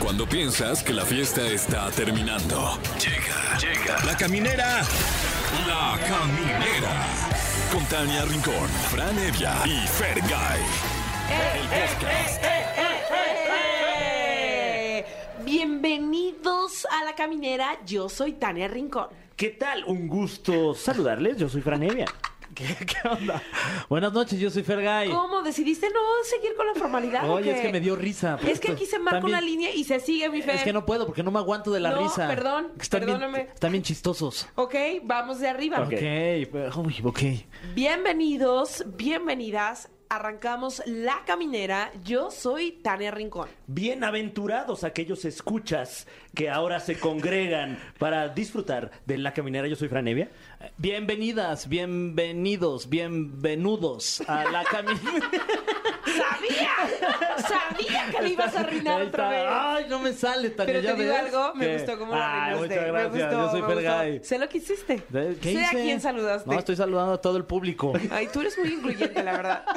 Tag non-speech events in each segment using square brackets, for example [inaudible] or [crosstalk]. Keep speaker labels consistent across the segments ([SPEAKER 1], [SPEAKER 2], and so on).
[SPEAKER 1] Cuando piensas que la fiesta está terminando. Llega, llega. La caminera. La caminera. Con Tania Rincón, Fran Evia y Fer El podcast.
[SPEAKER 2] ¡Eh! Bienvenidos a La Caminera, yo soy Tania Rincón.
[SPEAKER 3] ¿Qué tal? Un gusto saludarles. Yo soy Fran Evia. ¿Qué, qué onda? Buenas noches, yo soy Fergay.
[SPEAKER 2] ¿Cómo? ¿Decidiste no seguir con la formalidad? o
[SPEAKER 3] Oye, es
[SPEAKER 2] qué?
[SPEAKER 3] que me dio risa.
[SPEAKER 2] Es que aquí se marca
[SPEAKER 3] También-
[SPEAKER 2] una línea y se sigue, mi fe.
[SPEAKER 3] Es que no puedo porque no me aguanto de la
[SPEAKER 2] No,
[SPEAKER 3] risa.
[SPEAKER 2] perdón,
[SPEAKER 3] Están bien-
[SPEAKER 2] perdóname.
[SPEAKER 3] están bien chistosos.
[SPEAKER 2] Ok, vamos de arriba.
[SPEAKER 3] Ok, pues, uy, ok.
[SPEAKER 2] Bienvenidos, bienvenidas. Arrancamos La Caminera, yo soy Tania Rincón.
[SPEAKER 4] Bienaventurados aquellos escuchas que ahora se congregan para disfrutar de La Caminera. Yo soy Franevia.
[SPEAKER 3] Bienvenidas, bienvenidos, bienvenudos a la caminera.
[SPEAKER 2] ¡Sabía! ¡Sabía que le [laughs] ibas a arruinar
[SPEAKER 3] Ahí
[SPEAKER 2] otra
[SPEAKER 3] está.
[SPEAKER 2] vez!
[SPEAKER 3] Ay, no me sale, Tania.
[SPEAKER 2] Pero
[SPEAKER 3] ¿ya
[SPEAKER 2] te digo
[SPEAKER 3] ves?
[SPEAKER 2] algo, me
[SPEAKER 3] ¿Qué?
[SPEAKER 2] gustó cómo lo
[SPEAKER 3] Ay,
[SPEAKER 2] arruinaste.
[SPEAKER 3] muchas gracias.
[SPEAKER 2] Me gustó,
[SPEAKER 3] yo soy
[SPEAKER 2] me gustó.
[SPEAKER 3] Fergay.
[SPEAKER 2] Sé lo que hiciste.
[SPEAKER 3] ¿De- ¿Qué
[SPEAKER 2] sé a
[SPEAKER 3] hice?
[SPEAKER 2] quién saludaste.
[SPEAKER 3] No, estoy saludando a todo el público.
[SPEAKER 2] Ay, tú eres muy incluyente, la verdad. [laughs]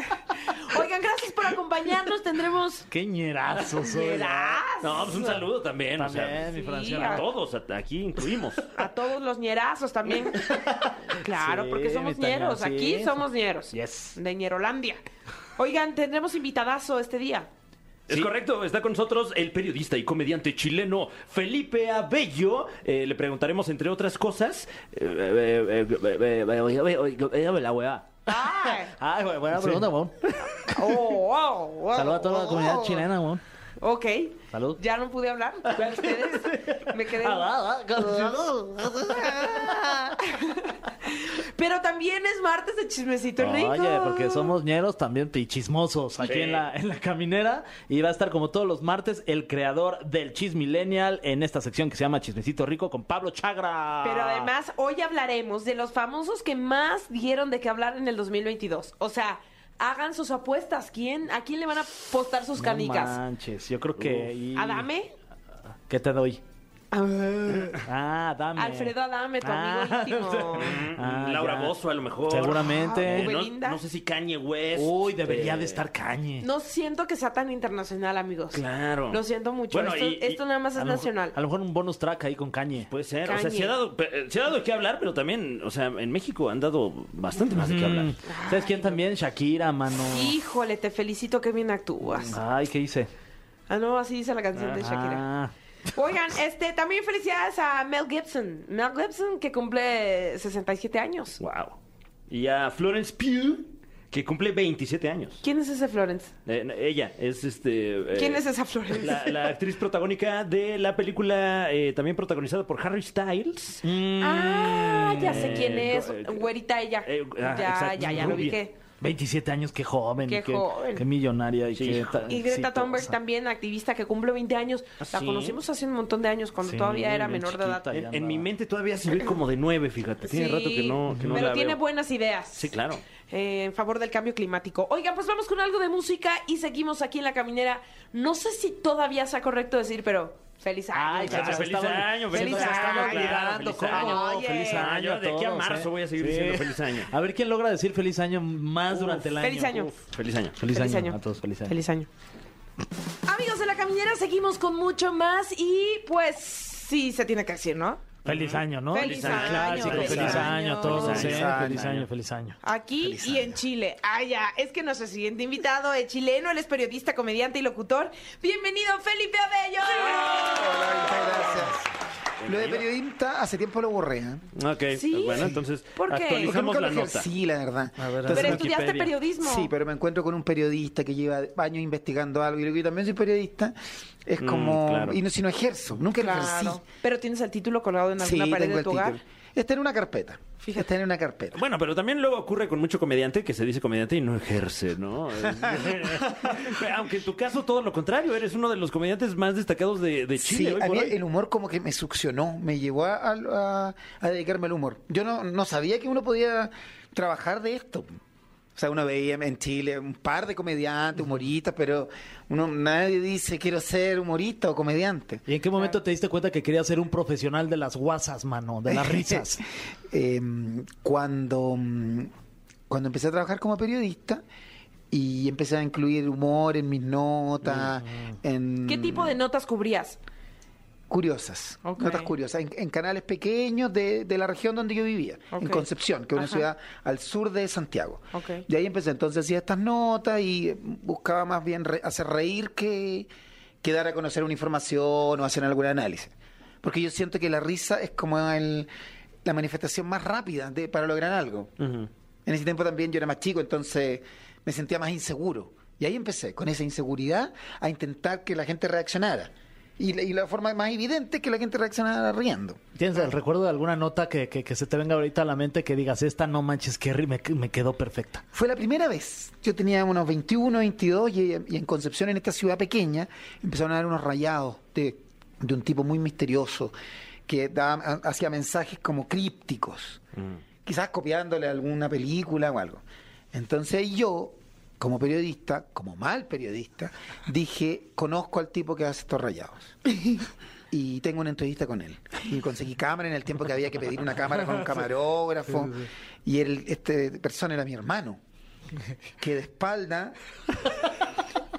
[SPEAKER 2] Oigan, gracias por acompañarnos. Tendremos.
[SPEAKER 3] Qué
[SPEAKER 2] [laughs]
[SPEAKER 3] ñerazo soy. ¿eh?
[SPEAKER 2] ¡Ñerazos!
[SPEAKER 4] No, pues un saludo también. o sea, pues,
[SPEAKER 3] También, mi Francia.
[SPEAKER 2] sí,
[SPEAKER 4] a todos, a- aquí [laughs] incluimos.
[SPEAKER 2] A todos los ñerazos
[SPEAKER 3] [laughs]
[SPEAKER 2] también. Claro,
[SPEAKER 3] Sí,
[SPEAKER 2] porque somos
[SPEAKER 3] mi Tania,
[SPEAKER 2] ñeros.
[SPEAKER 3] sí.
[SPEAKER 2] Aquí somos ñeros.
[SPEAKER 3] Yes.
[SPEAKER 2] De ñerolandia. Oigan, tendremos invitadazo este día.
[SPEAKER 4] Es correcto, está con nosotros el periodista y comediante chileno Felipe Abello. Eh, le preguntaremos, entre otras cosas. eh, eh, eh, eh, eh, eh, eh, eh, eh, la hueá.
[SPEAKER 2] ¡Ay!
[SPEAKER 3] Ay, bu- buena pregunta, weón.
[SPEAKER 2] [laughs] ¡Oh, wow, wow,
[SPEAKER 3] Saludos a toda la
[SPEAKER 2] wow.
[SPEAKER 3] comunidad chilena, weón.
[SPEAKER 2] Ok.
[SPEAKER 3] Salud. Ah,
[SPEAKER 2] Ya no pude hablar. Vean
[SPEAKER 3] [laughs]
[SPEAKER 2] ustedes. Me quedé. Pero también es martes de chismecito rico.
[SPEAKER 3] Oye, porque somos ñeros también y chismosos aquí
[SPEAKER 4] Sí.
[SPEAKER 3] en, la, en la caminera. Y va a estar como todos los martes el creador del Chis Millennial en esta sección que se llama Chismecito Rico con Pablo Chagra.
[SPEAKER 2] Pero además, hoy hablaremos de los famosos que más dieron de qué hablar en el 2022. O sea, hagan sus apuestas. ¿Quién, ¿A quién le van a postar sus
[SPEAKER 3] No
[SPEAKER 2] canicas?
[SPEAKER 3] manches, yo creo que. y-
[SPEAKER 2] ¿Adame?
[SPEAKER 3] ¿Qué te doy?
[SPEAKER 2] Ah,
[SPEAKER 3] Ah, dame.
[SPEAKER 2] Alfredo Adame, tu amigo
[SPEAKER 3] Ah, [laughs]
[SPEAKER 2] íntimo.
[SPEAKER 3] Ah,
[SPEAKER 4] Mm, Laura
[SPEAKER 3] ya.
[SPEAKER 4] Bozzo, a lo mejor.
[SPEAKER 3] Seguramente.
[SPEAKER 4] Eh,
[SPEAKER 2] Ah,
[SPEAKER 4] no,
[SPEAKER 2] Belinda.
[SPEAKER 4] no sé si Kanye West.
[SPEAKER 3] Uy, debería
[SPEAKER 4] eh,
[SPEAKER 3] de estar cañe.
[SPEAKER 2] No siento que sea tan internacional, amigos.
[SPEAKER 4] Claro.
[SPEAKER 2] Lo siento mucho.
[SPEAKER 4] Bueno,
[SPEAKER 2] esto,
[SPEAKER 4] y- y-
[SPEAKER 2] esto nada más es
[SPEAKER 3] A lo mejor-
[SPEAKER 2] nacional. Pues,
[SPEAKER 3] A lo mejor un bonus track ahí con cañe.
[SPEAKER 4] Puede ser, o sea,
[SPEAKER 2] Kanye.
[SPEAKER 4] se ha dado, eh, se ha dado que hablar, pero también, o sea, en México han dado bastante más de qué hablar.
[SPEAKER 3] Mm. ¿Sabes quién también? Shakira, mano.
[SPEAKER 2] Híjole, te felicito que bien actúas.
[SPEAKER 3] Ay, ¿qué hice?
[SPEAKER 2] Ah, no, así dice la canción de Shakira.
[SPEAKER 3] Ah,
[SPEAKER 2] Oigan, este, también felicidades a Mel Gibson. Mel Gibson que cumple 67 años.
[SPEAKER 4] Wow. Y a Florence Pugh, que cumple 27 años.
[SPEAKER 2] ¿Quién es ese Florence?
[SPEAKER 4] Eh, no, ella es este. eh,
[SPEAKER 2] ¿Quién es esa Florence?
[SPEAKER 4] La, la actriz protagónica de la película, eh, también protagonizada por Harry Styles.
[SPEAKER 2] [laughs]
[SPEAKER 3] mm,
[SPEAKER 2] Ah, ya sé quién
[SPEAKER 4] Eh,
[SPEAKER 2] es.
[SPEAKER 4] eh,
[SPEAKER 2] Güerita ella.
[SPEAKER 4] eh, ah,
[SPEAKER 2] ya,
[SPEAKER 4] exacto,
[SPEAKER 2] ya, ya lo
[SPEAKER 4] rubia.
[SPEAKER 2] ubiqué.
[SPEAKER 3] 27 años, qué joven.
[SPEAKER 2] Qué
[SPEAKER 3] Qué,
[SPEAKER 2] joven.
[SPEAKER 3] qué millonaria. Y,
[SPEAKER 4] Sí.
[SPEAKER 3] qué
[SPEAKER 2] Y Greta Thunberg
[SPEAKER 3] exitosa.
[SPEAKER 2] también, activista que cumple 20 años. La
[SPEAKER 4] Ah, sí?
[SPEAKER 2] conocimos hace un montón de años cuando
[SPEAKER 3] Sí,
[SPEAKER 2] todavía era
[SPEAKER 3] bien
[SPEAKER 2] menor de
[SPEAKER 3] chiquita
[SPEAKER 2] edad.
[SPEAKER 3] ya.
[SPEAKER 4] En, en
[SPEAKER 3] andaba.
[SPEAKER 4] mi mente todavía se ve como de nueve, fíjate. Tiene
[SPEAKER 2] Sí,
[SPEAKER 4] rato que no, que no
[SPEAKER 2] pero
[SPEAKER 4] la
[SPEAKER 2] tiene
[SPEAKER 4] veo.
[SPEAKER 2] buenas ideas.
[SPEAKER 4] Sí, claro.
[SPEAKER 2] eh, en favor del cambio climático. Oigan, pues vamos con algo de música y seguimos aquí en la caminera. No sé si todavía sea correcto decir, pero feliz año.
[SPEAKER 3] Ay,
[SPEAKER 2] muchachos.
[SPEAKER 3] se nos
[SPEAKER 4] feliz
[SPEAKER 3] estaba-
[SPEAKER 4] año,
[SPEAKER 3] se
[SPEAKER 2] feliz
[SPEAKER 3] nos estaba
[SPEAKER 2] año,
[SPEAKER 3] olvidando,
[SPEAKER 4] feliz año.
[SPEAKER 3] ¿cómo?
[SPEAKER 2] Oye.
[SPEAKER 3] Feliz año.
[SPEAKER 4] Yo de aquí a
[SPEAKER 3] todos, ¿eh?
[SPEAKER 4] marzo voy a seguir diciendo feliz año.
[SPEAKER 3] A ver quién logra decir feliz año más durante el año.
[SPEAKER 2] feliz año.
[SPEAKER 4] Uf, feliz año.
[SPEAKER 3] Feliz,
[SPEAKER 2] Feliz
[SPEAKER 3] año.
[SPEAKER 2] año.
[SPEAKER 3] A todos, feliz año.
[SPEAKER 2] Feliz año. Amigos de la caminera, seguimos con mucho más y pues sí se tiene que decir, ¿no?
[SPEAKER 3] Feliz año, ¿no?
[SPEAKER 2] Feliz
[SPEAKER 3] El
[SPEAKER 2] año,
[SPEAKER 3] Clásico,
[SPEAKER 2] feliz
[SPEAKER 3] feliz,
[SPEAKER 2] año.
[SPEAKER 3] año a todos,
[SPEAKER 4] Feliz
[SPEAKER 3] ¿eh?
[SPEAKER 4] año.
[SPEAKER 3] Feliz año, feliz año.
[SPEAKER 2] Aquí y en Chile. Ah, ya. Es que nuestro siguiente invitado es chileno, él es periodista, comediante y locutor. Bienvenido, Felipe Abello.
[SPEAKER 5] Hola, muchas gracias. Lo de periodista hace tiempo lo borré. ¿eh?
[SPEAKER 4] Ok, pues
[SPEAKER 2] Sí.
[SPEAKER 4] bueno, entonces
[SPEAKER 2] ¿Por qué?
[SPEAKER 5] Porque
[SPEAKER 4] actualicemos
[SPEAKER 5] nunca lo
[SPEAKER 4] la nota.
[SPEAKER 5] ejercí, la verdad.
[SPEAKER 3] A ver, a ver.
[SPEAKER 2] Pero
[SPEAKER 5] Entonces,
[SPEAKER 2] estudiaste
[SPEAKER 3] Wikipedia.
[SPEAKER 2] periodismo.
[SPEAKER 5] Sí, pero me encuentro con un periodista que lleva años investigando algo y yo también soy periodista. Es como.
[SPEAKER 4] Mm, claro.
[SPEAKER 5] Y no, si no ejerzo, nunca lo ejercí.
[SPEAKER 2] Claro. Pero tienes el título colgado en alguna
[SPEAKER 5] sí,
[SPEAKER 2] pared
[SPEAKER 5] tengo
[SPEAKER 2] de
[SPEAKER 5] el
[SPEAKER 2] tu hogar.
[SPEAKER 5] título. Está en una carpeta.
[SPEAKER 2] Fíjate.
[SPEAKER 5] Está en una carpeta.
[SPEAKER 4] Bueno, pero también luego ocurre con mucho comediante que se dice comediante y no ejerce,
[SPEAKER 5] [laughs]
[SPEAKER 4] ¿no? Aunque en tu caso todo lo contrario, eres uno de los comediantes más destacados de, de Chile.
[SPEAKER 5] sí,
[SPEAKER 4] hoy
[SPEAKER 5] a
[SPEAKER 4] por
[SPEAKER 5] mí
[SPEAKER 4] hoy.
[SPEAKER 5] el humor como que me succionó, me llevó a, a- a dedicarme al humor. Yo no, no sabía que uno podía trabajar de esto. O sea, uno veía en Chile un par de comediantes, humoristas, pero uno nadie dice quiero ser humorista o comediante.
[SPEAKER 3] ¿Y en qué momento te diste cuenta que querías ser un profesional de las guasas, mano?
[SPEAKER 5] [laughs]
[SPEAKER 3] De las
[SPEAKER 2] [laughs]
[SPEAKER 3] risas.
[SPEAKER 5] Em, Eh, cuando, mm, cuando empecé a trabajar como periodista, y empecé a incluir humor en mis notas. En...
[SPEAKER 2] ¿Qué tipo de notas cubrías?
[SPEAKER 5] Curiosas,
[SPEAKER 2] Ok.
[SPEAKER 5] notas curiosas, en, en canales pequeños de, de la región donde yo vivía, en
[SPEAKER 2] Ok.
[SPEAKER 5] Concepción, que es una
[SPEAKER 2] Ajá.
[SPEAKER 5] ciudad al sur de Santiago.
[SPEAKER 2] Ok.
[SPEAKER 5] Y ahí empecé, entonces hacía estas notas y eh, buscaba más bien re- hacer reír que, que dar a conocer una información o hacer algún análisis. Porque yo siento que la risa es como el- la manifestación más rápida de, para lograr algo. En ese tiempo también yo era más chico, entonces me sentía más inseguro. Y ahí empecé, con esa inseguridad, a intentar que la gente reaccionara. Y la, y la forma más evidente es que la gente reaccionara riendo.
[SPEAKER 3] ¿Tienes el recuerdo de alguna nota que, que- que se te venga ahorita a la mente que digas, esta no manches, Kerry, me, me quedó perfecta?
[SPEAKER 5] Fue la primera vez. Yo tenía unos 21, 22 y, y en Concepción, en esta ciudad pequeña, empezaron a dar unos rayados de, de un tipo muy misterioso que daba- ha- hacía mensajes como crípticos, quizás copiándole alguna película o algo. Entonces yo, como periodista, como mal periodista, dije, conozco al tipo que hace estos rayados. Y tengo una entrevista con él. Y conseguí cámara en el tiempo que había que pedir una cámara con un camarógrafo. Y el, este persona era mi hermano, que de espalda.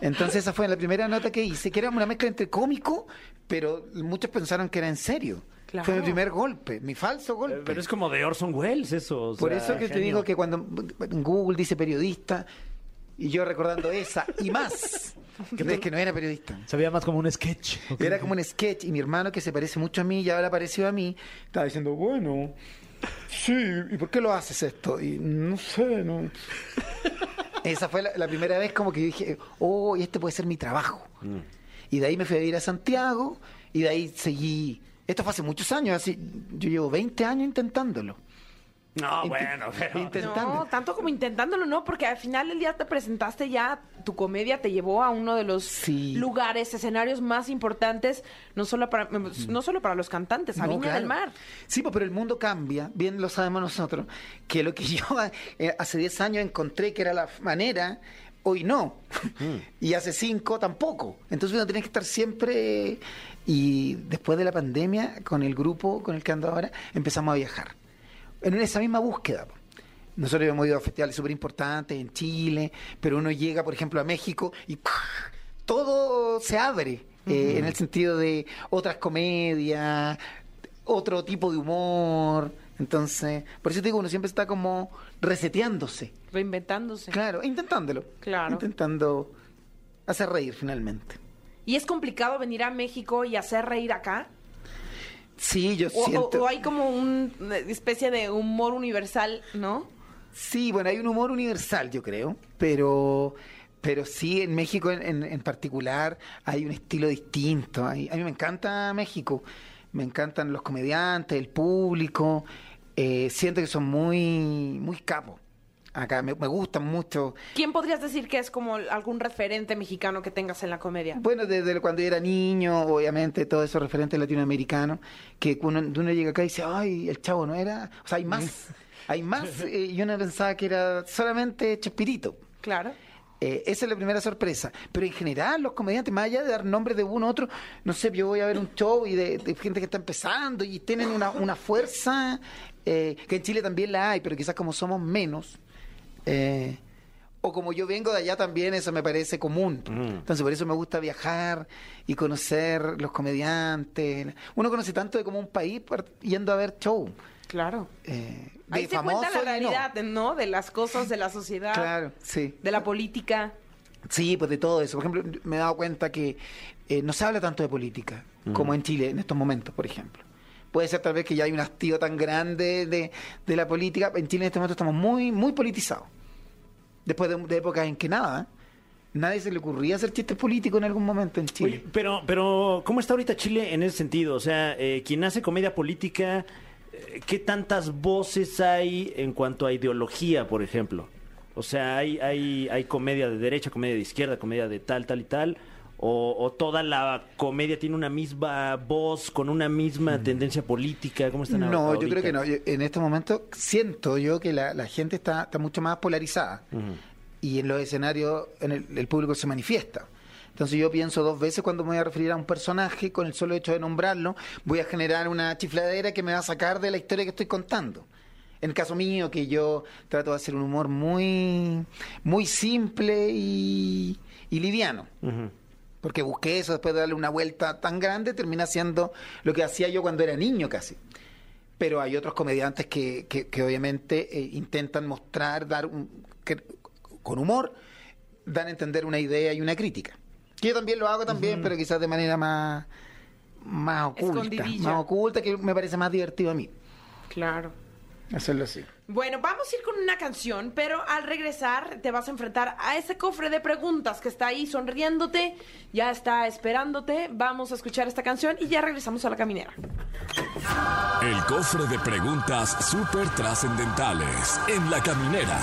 [SPEAKER 5] Entonces esa fue la primera nota que hice, que era una mezcla entre cómico, pero muchos pensaron que era en serio.
[SPEAKER 2] Claro.
[SPEAKER 5] Fue mi primer golpe, mi falso golpe.
[SPEAKER 4] Pero es como de Orson Welles eso. o
[SPEAKER 5] Por
[SPEAKER 4] sea,
[SPEAKER 5] eso que te
[SPEAKER 3] genio.
[SPEAKER 5] digo que cuando en Google dice periodista, y yo recordando esa y más, que es que no era periodista.
[SPEAKER 3] Se veía más como un sketch. ¿ok?
[SPEAKER 5] Era como un sketch y mi hermano que se parece mucho a mí y ahora parecido a mí, estaba diciendo, bueno, sí, ¿y por qué lo haces esto? Y no sé, no. Esa fue la, la primera vez como que dije, oh, y este puede ser mi trabajo.
[SPEAKER 4] Mm.
[SPEAKER 5] Y de ahí me fui a vivir a Santiago y de ahí seguí. Esto fue hace muchos años, así, yo llevo 20 años intentándolo.
[SPEAKER 4] No, bueno, pero...
[SPEAKER 5] Intentando.
[SPEAKER 2] No, tanto como intentándolo, no, porque al final del día te presentaste ya, tu comedia te llevó a uno de los
[SPEAKER 5] Sí.
[SPEAKER 2] lugares, escenarios más importantes, no solo para, em, pues, no solo para los cantantes, a
[SPEAKER 5] Mm. No,
[SPEAKER 2] Viña del
[SPEAKER 5] claro.
[SPEAKER 2] Mar.
[SPEAKER 5] Sí, pues, pero el mundo cambia, bien lo sabemos nosotros, que lo que [laughs] yo eh, hace 10 años encontré que era la manera, hoy no. [laughs] Y hace 5 tampoco. Entonces uno tiene que estar siempre, y después de la pandemia, con el grupo con el que ando ahora, empezamos a viajar. En esa misma búsqueda. po. Nosotros hemos ido a festivales súper importantes en Chile, pero uno llega, por ejemplo, a México y ¡pua! todo se abre. eh, En el sentido de otras comedias, otro tipo de humor. Entonces, por eso te digo, uno siempre está como reseteándose.
[SPEAKER 2] Reinventándose.
[SPEAKER 5] Claro, intentándolo.
[SPEAKER 2] Claro.
[SPEAKER 5] Intentando hacer reír finalmente.
[SPEAKER 2] ¿Y es complicado venir a México y hacer reír acá?
[SPEAKER 5] Sí, yo
[SPEAKER 2] O, o-
[SPEAKER 5] siento.
[SPEAKER 2] o hay como un- una especie de humor universal, ¿no?
[SPEAKER 5] Sí, bueno, hay un humor universal, yo creo, pero, pero sí, en México en, en- en particular hay un estilo distinto. Hay- a mí me encanta México, me encantan los comediantes, el público, eh, siento que son muy, muy capos. Acá me, me gustan mucho.
[SPEAKER 2] ¿Quién podrías decir que es como algún referente mexicano que tengas en la comedia?
[SPEAKER 5] Bueno, desde cuando era niño, obviamente, todo eso referente latinoamericano, que uno, uno llega acá y dice, ay, el chavo no era, o sea, hay más, hay más, eh, y uno pensaba que era solamente Chespirito.
[SPEAKER 2] Claro.
[SPEAKER 5] Eh, esa es la primera sorpresa. Pero en general, los comediantes, más allá de dar nombres de uno a otro, no sé, yo voy a ver un show y de, de gente que está empezando y tienen una, una fuerza eh, que en Chile también la hay, pero quizás como somos menos. eh, o como yo vengo de allá también, eso me parece común. Entonces, por eso me gusta viajar y conocer los comediantes. Uno conoce tanto de como un país par- yendo a ver show.
[SPEAKER 2] Claro.
[SPEAKER 5] eh, de
[SPEAKER 2] Ahí se cuenta
[SPEAKER 5] famosos
[SPEAKER 2] la
[SPEAKER 5] y no.
[SPEAKER 2] realidad, ¿no? De las cosas, de la sociedad,
[SPEAKER 5] Claro, sí.
[SPEAKER 2] de la política.
[SPEAKER 5] Sí, pues de todo eso. Por ejemplo, me he dado cuenta que eh, no se habla tanto de política como en Chile en estos momentos, por ejemplo. Puede ser tal vez que ya hay un hastío tan grande de, de la política. En Chile en este momento estamos muy, muy politizados. Después de, de épocas en que nada, nadie se le ocurría hacer chistes políticos en algún momento en Chile.
[SPEAKER 4] Oye, pero, pero, ¿cómo está ahorita Chile en ese sentido? O sea, eh, quien hace comedia política, eh, ¿qué tantas voces hay en cuanto a ideología, por ejemplo? O sea, ¿hay, hay, hay comedia de derecha, comedia de izquierda, comedia de tal, tal y tal? ¿O, o toda la comedia tiene una misma voz, con una misma tendencia política? ¿Cómo están ahor-
[SPEAKER 5] Mm. No, yo
[SPEAKER 4] ahorita?
[SPEAKER 5] creo que no. Yo- en este momento siento yo que la, la gente está, está mucho más polarizada. Y en los escenarios, en el, el público se manifiesta. Entonces yo pienso dos veces cuando me voy a referir a un personaje, con el solo hecho de nombrarlo, voy a generar una chifladera que me va a sacar de la historia que estoy contando. En el caso mío, que yo trato de hacer un humor muy, muy simple y, y liviano. Porque busqué eso después de darle una vuelta tan grande, termina siendo lo que hacía yo cuando era niño casi. Pero hay otros comediantes que, que- que obviamente eh, intentan mostrar, dar un- que- con humor, dan a entender una idea y una crítica. Que yo también lo hago también, pero quizás de manera más, más oculta.
[SPEAKER 2] Escondidilla.
[SPEAKER 5] Más oculta, que me parece más divertido a mí.
[SPEAKER 2] Claro.
[SPEAKER 5] Hacerlo así.
[SPEAKER 2] Bueno, vamos a ir con una canción, pero al regresar te vas a enfrentar a ese cofre de preguntas que está ahí sonriéndote, ya está esperándote. Vamos a escuchar esta canción y ya regresamos a la caminera.
[SPEAKER 1] El cofre de preguntas súper trascendentales en la caminera.